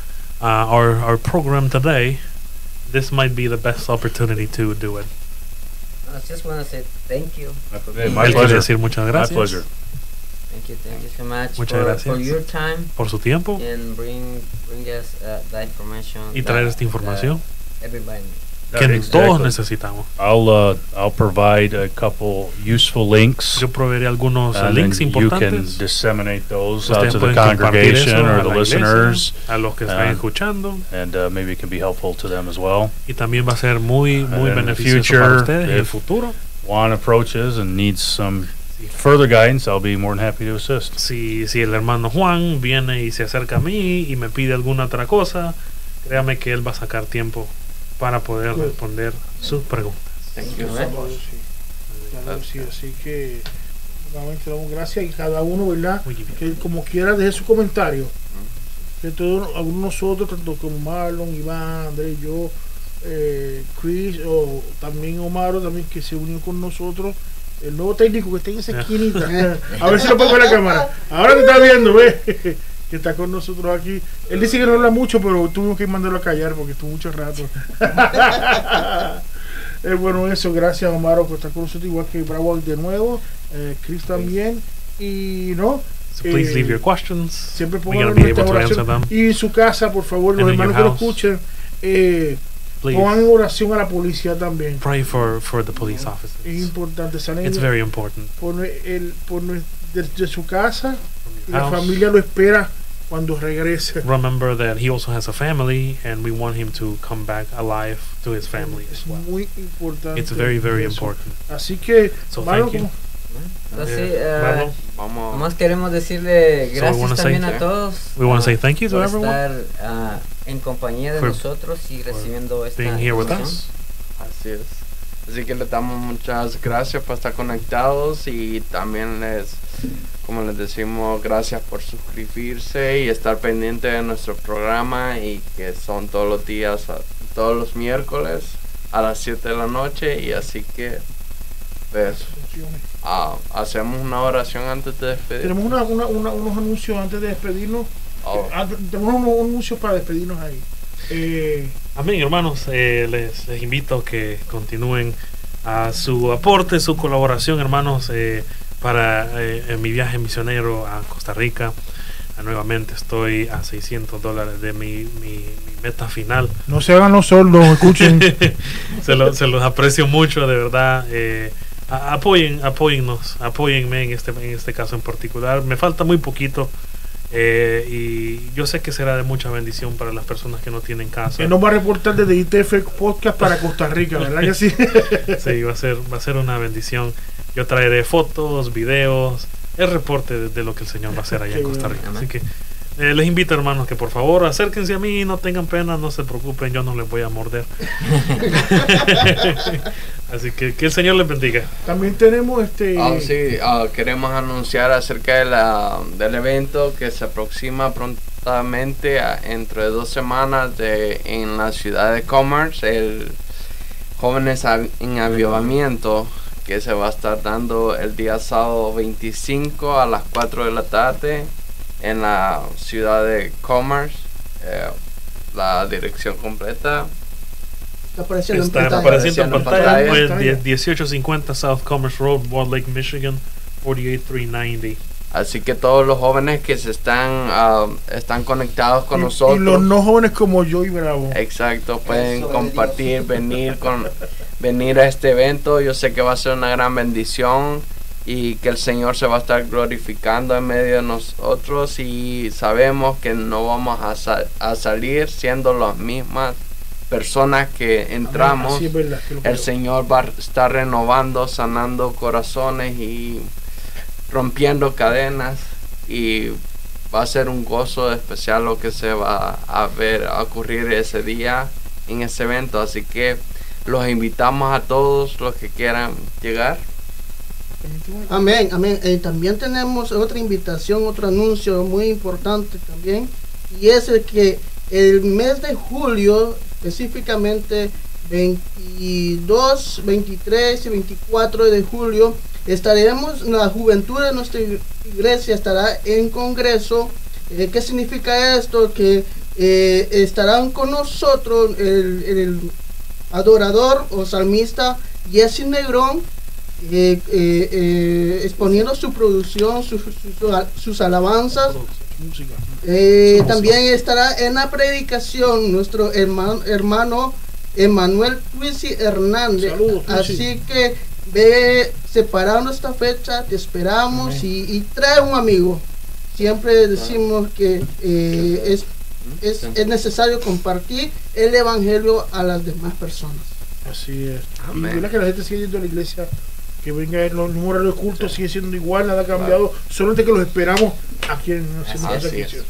uh, our, our program today, this might be the best opportunity to do it.
I just want to say thank you.
Hey, my
Él quiere
pleasure.
decir muchas
My
gracias.
pleasure.
Thank you, thank you so much
Muchas
for,
gracias.
for your time
Por su tiempo
and bring bring us uh, that information.
y traer
that-
esta información
that everybody needs.
que todos
Exactly.
necesitamos.
I'll uh, I'll provide a couple useful links.
Yo proveeré algunos eh,
and then
links
you can
importantes.
disseminate those out
Ustedes
to the
pueden compartir eso
congregation
a
or the
la iglesia,
listeners,
a los que están
uh,
escuchando
and uh, maybe it can be helpful to them as well.
y también va a ser muy muy
in the
beneficioso
future,
para ustedes en el
if-
futuro.
Juan approaches and needs some further guidance. I'll be more than happy to assist.
Si, si el hermano Juan viene y se acerca a mí y me pide alguna otra cosa, créame que él va a sacar tiempo para poder responder sus preguntas.
Thank you.
Claro que sí. Claro que sí, así que nuevamente damos gracias y cada uno, ¿verdad?
Muy bien.
Que como quiera deje su comentario. Que todos algunos nosotros, tanto como Marlon, Iván, Andrés, yo, eh, Chris o también Omaro también que se unió con nosotros. El nuevo técnico que está en esa esquinita. A ver si lo pongo en la cámara. Ahora te está viendo, ¿ves? Que está con nosotros aquí. Él dice que no habla mucho, pero tuvimos que mandarlo a callar porque estuvo mucho rato. Eh, bueno, eso, gracias Omaro por estar con nosotros, igual que Bravo de nuevo, eh, Chris también, y no,
So please
Eh,
leave your questions.
siempre
We're gonna
pongan
be
nuestra
able to answer
oración.
them.
Y en su casa, por favor, los
And in your
hermanos que lo
house.
escuchen, eh, pongan
Please
en oración a la policía también.
pray for, for the police
Es
officers.
importante, salen
It's
de,
very important.
por nue- el, por nue- de, de su casa y la
House.
familia lo espera cuando regrese.
Remember that he also has a family and we want him to come back alive to his family as
Es
well.
muy importante.
It's very, very
eso.
important.
Así que,
So
Omaro,
thank you.
como-
Así,
Yeah.
eh,
Bravo.
Vamos.
Nomás queremos decirle
So we
gracias
wanna say-
también a
Yeah.
todos.
We want to
ah,
say thank you to
por
everyone
estar ah, en compañía de
For-
nosotros y recibiendo esta
being here with
información.
us.
Así es. Así que les damos muchas gracias por estar conectados y también les, como les decimos, gracias por suscribirse y estar pendiente de nuestro programa y que son todos los días, a- todos los miércoles a las 7 de la noche y así que pues ah, hacemos una oración antes de despedir.
tenemos una- una- una- unos anuncios antes de despedirnos.
Oh,
Ah, Tenemos unos anuncios para despedirnos ahí. Eh,
Amén, hermanos. Eh, les, les invito que continúen a su aporte, su colaboración, hermanos, eh, para eh, en mi viaje misionero a Costa Rica. Ah, nuevamente estoy a 600 dólares de mi, mi- mi meta final.
no se hagan los sordos, escuchen.
se, lo- se los aprecio mucho, de verdad. eh, a- apoyen, apóyennos, apóyenme en este, en este caso en particular. Me falta muy poquito. eh, y yo sé que será de mucha bendición para las personas que no tienen casa.
Él nos va a reportar desde ITF Podcast para Costa Rica, ¿verdad que sí?
Sí, va a ser, va a ser una bendición. Yo traeré fotos, videos, el reporte de, de lo que el Señor va a hacer allá en
Qué
Costa Rica.
bueno.
Así que eh, les invito, hermanos, que por favor acérquense a mí, no tengan pena, no se preocupen, yo no les voy a morder. Así que que el Señor les bendiga.
También tenemos este.
Ah, sí, ah, queremos anunciar acerca de la- del evento que se aproxima prontamente a- entre dos semanas de- en la ciudad de Commerce, el Jóvenes Av- en Avivamiento, que se va a estar dando el día sábado 25 a las 4 de la tarde en la ciudad de Commerce. Eh, la dirección completa
Está apareciendo en
Está
pantalla.
apareciendo en
Apareciendo en
pantalla,
pantalla.
pues, die- 1850 South Commerce Road, Walt Lake, Michigan, 48390.
Así que todos los jóvenes que se están ah, están conectados con
y-
nosotros.
Y los no jóvenes como yo y Bravo.
Exacto, pueden
bendiga.
compartir, venir con venir a este evento. Yo sé que va a ser una gran bendición y que el Señor se va a estar glorificando en medio de nosotros y sabemos que no vamos a, sa- a salir siendo las mismas personas que entramos.
Así es verdad, que lo creo.
El Señor va a estar renovando, sanando corazones y rompiendo cadenas y va a ser un gozo especial lo que se va a ver a ocurrir ese día en ese evento. Así que los invitamos a todos los que quieran llegar.
También tenemos-
Amén, amén. Eh, también tenemos otra invitación, otro anuncio muy importante también, y es el que el mes de julio, específicamente 22, 23 y 24 de julio, Estaremos, la juventud de nuestra iglesia estará en congreso. Eh, ¿Qué significa esto? Que eh, estarán con nosotros el, el adorador o salmista Jesse Negrón eh, eh, eh, exponiendo su producción, su- su- su- sus alabanzas.
Música.
Eh, también estará en la predicación nuestro hermano, hermano Emanuel Twisi Hernández.
Saludos, Twisi.
Así que ve separando esta fecha, te esperamos y, y trae un amigo. Siempre decimos que eh, es, es, es necesario compartir el Evangelio a las demás personas.
Así es. Y
Amén.
verdad que la gente sigue yendo a la iglesia, que venga el- los números de cultos, sigue siendo igual, nada ha cambiado, solamente que los esperamos aquí en el centro de
Así
sacrificio.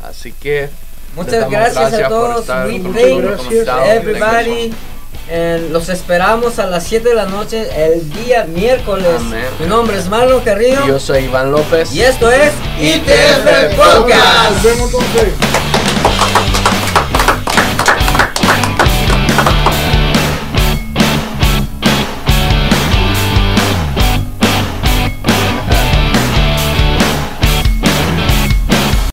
Así que les
Muchas
damos
gracias, a
por
todos.
estar
We
con
thank
nosotros,
you,
como estamos.
Everybody. eh, los esperamos a las 7 de la noche el día miércoles.
Amén.
Mi nombre es Marlon Carrillo
Yo soy Iván López.
y esto es
ITF Podcast.
Nos vemos entonces.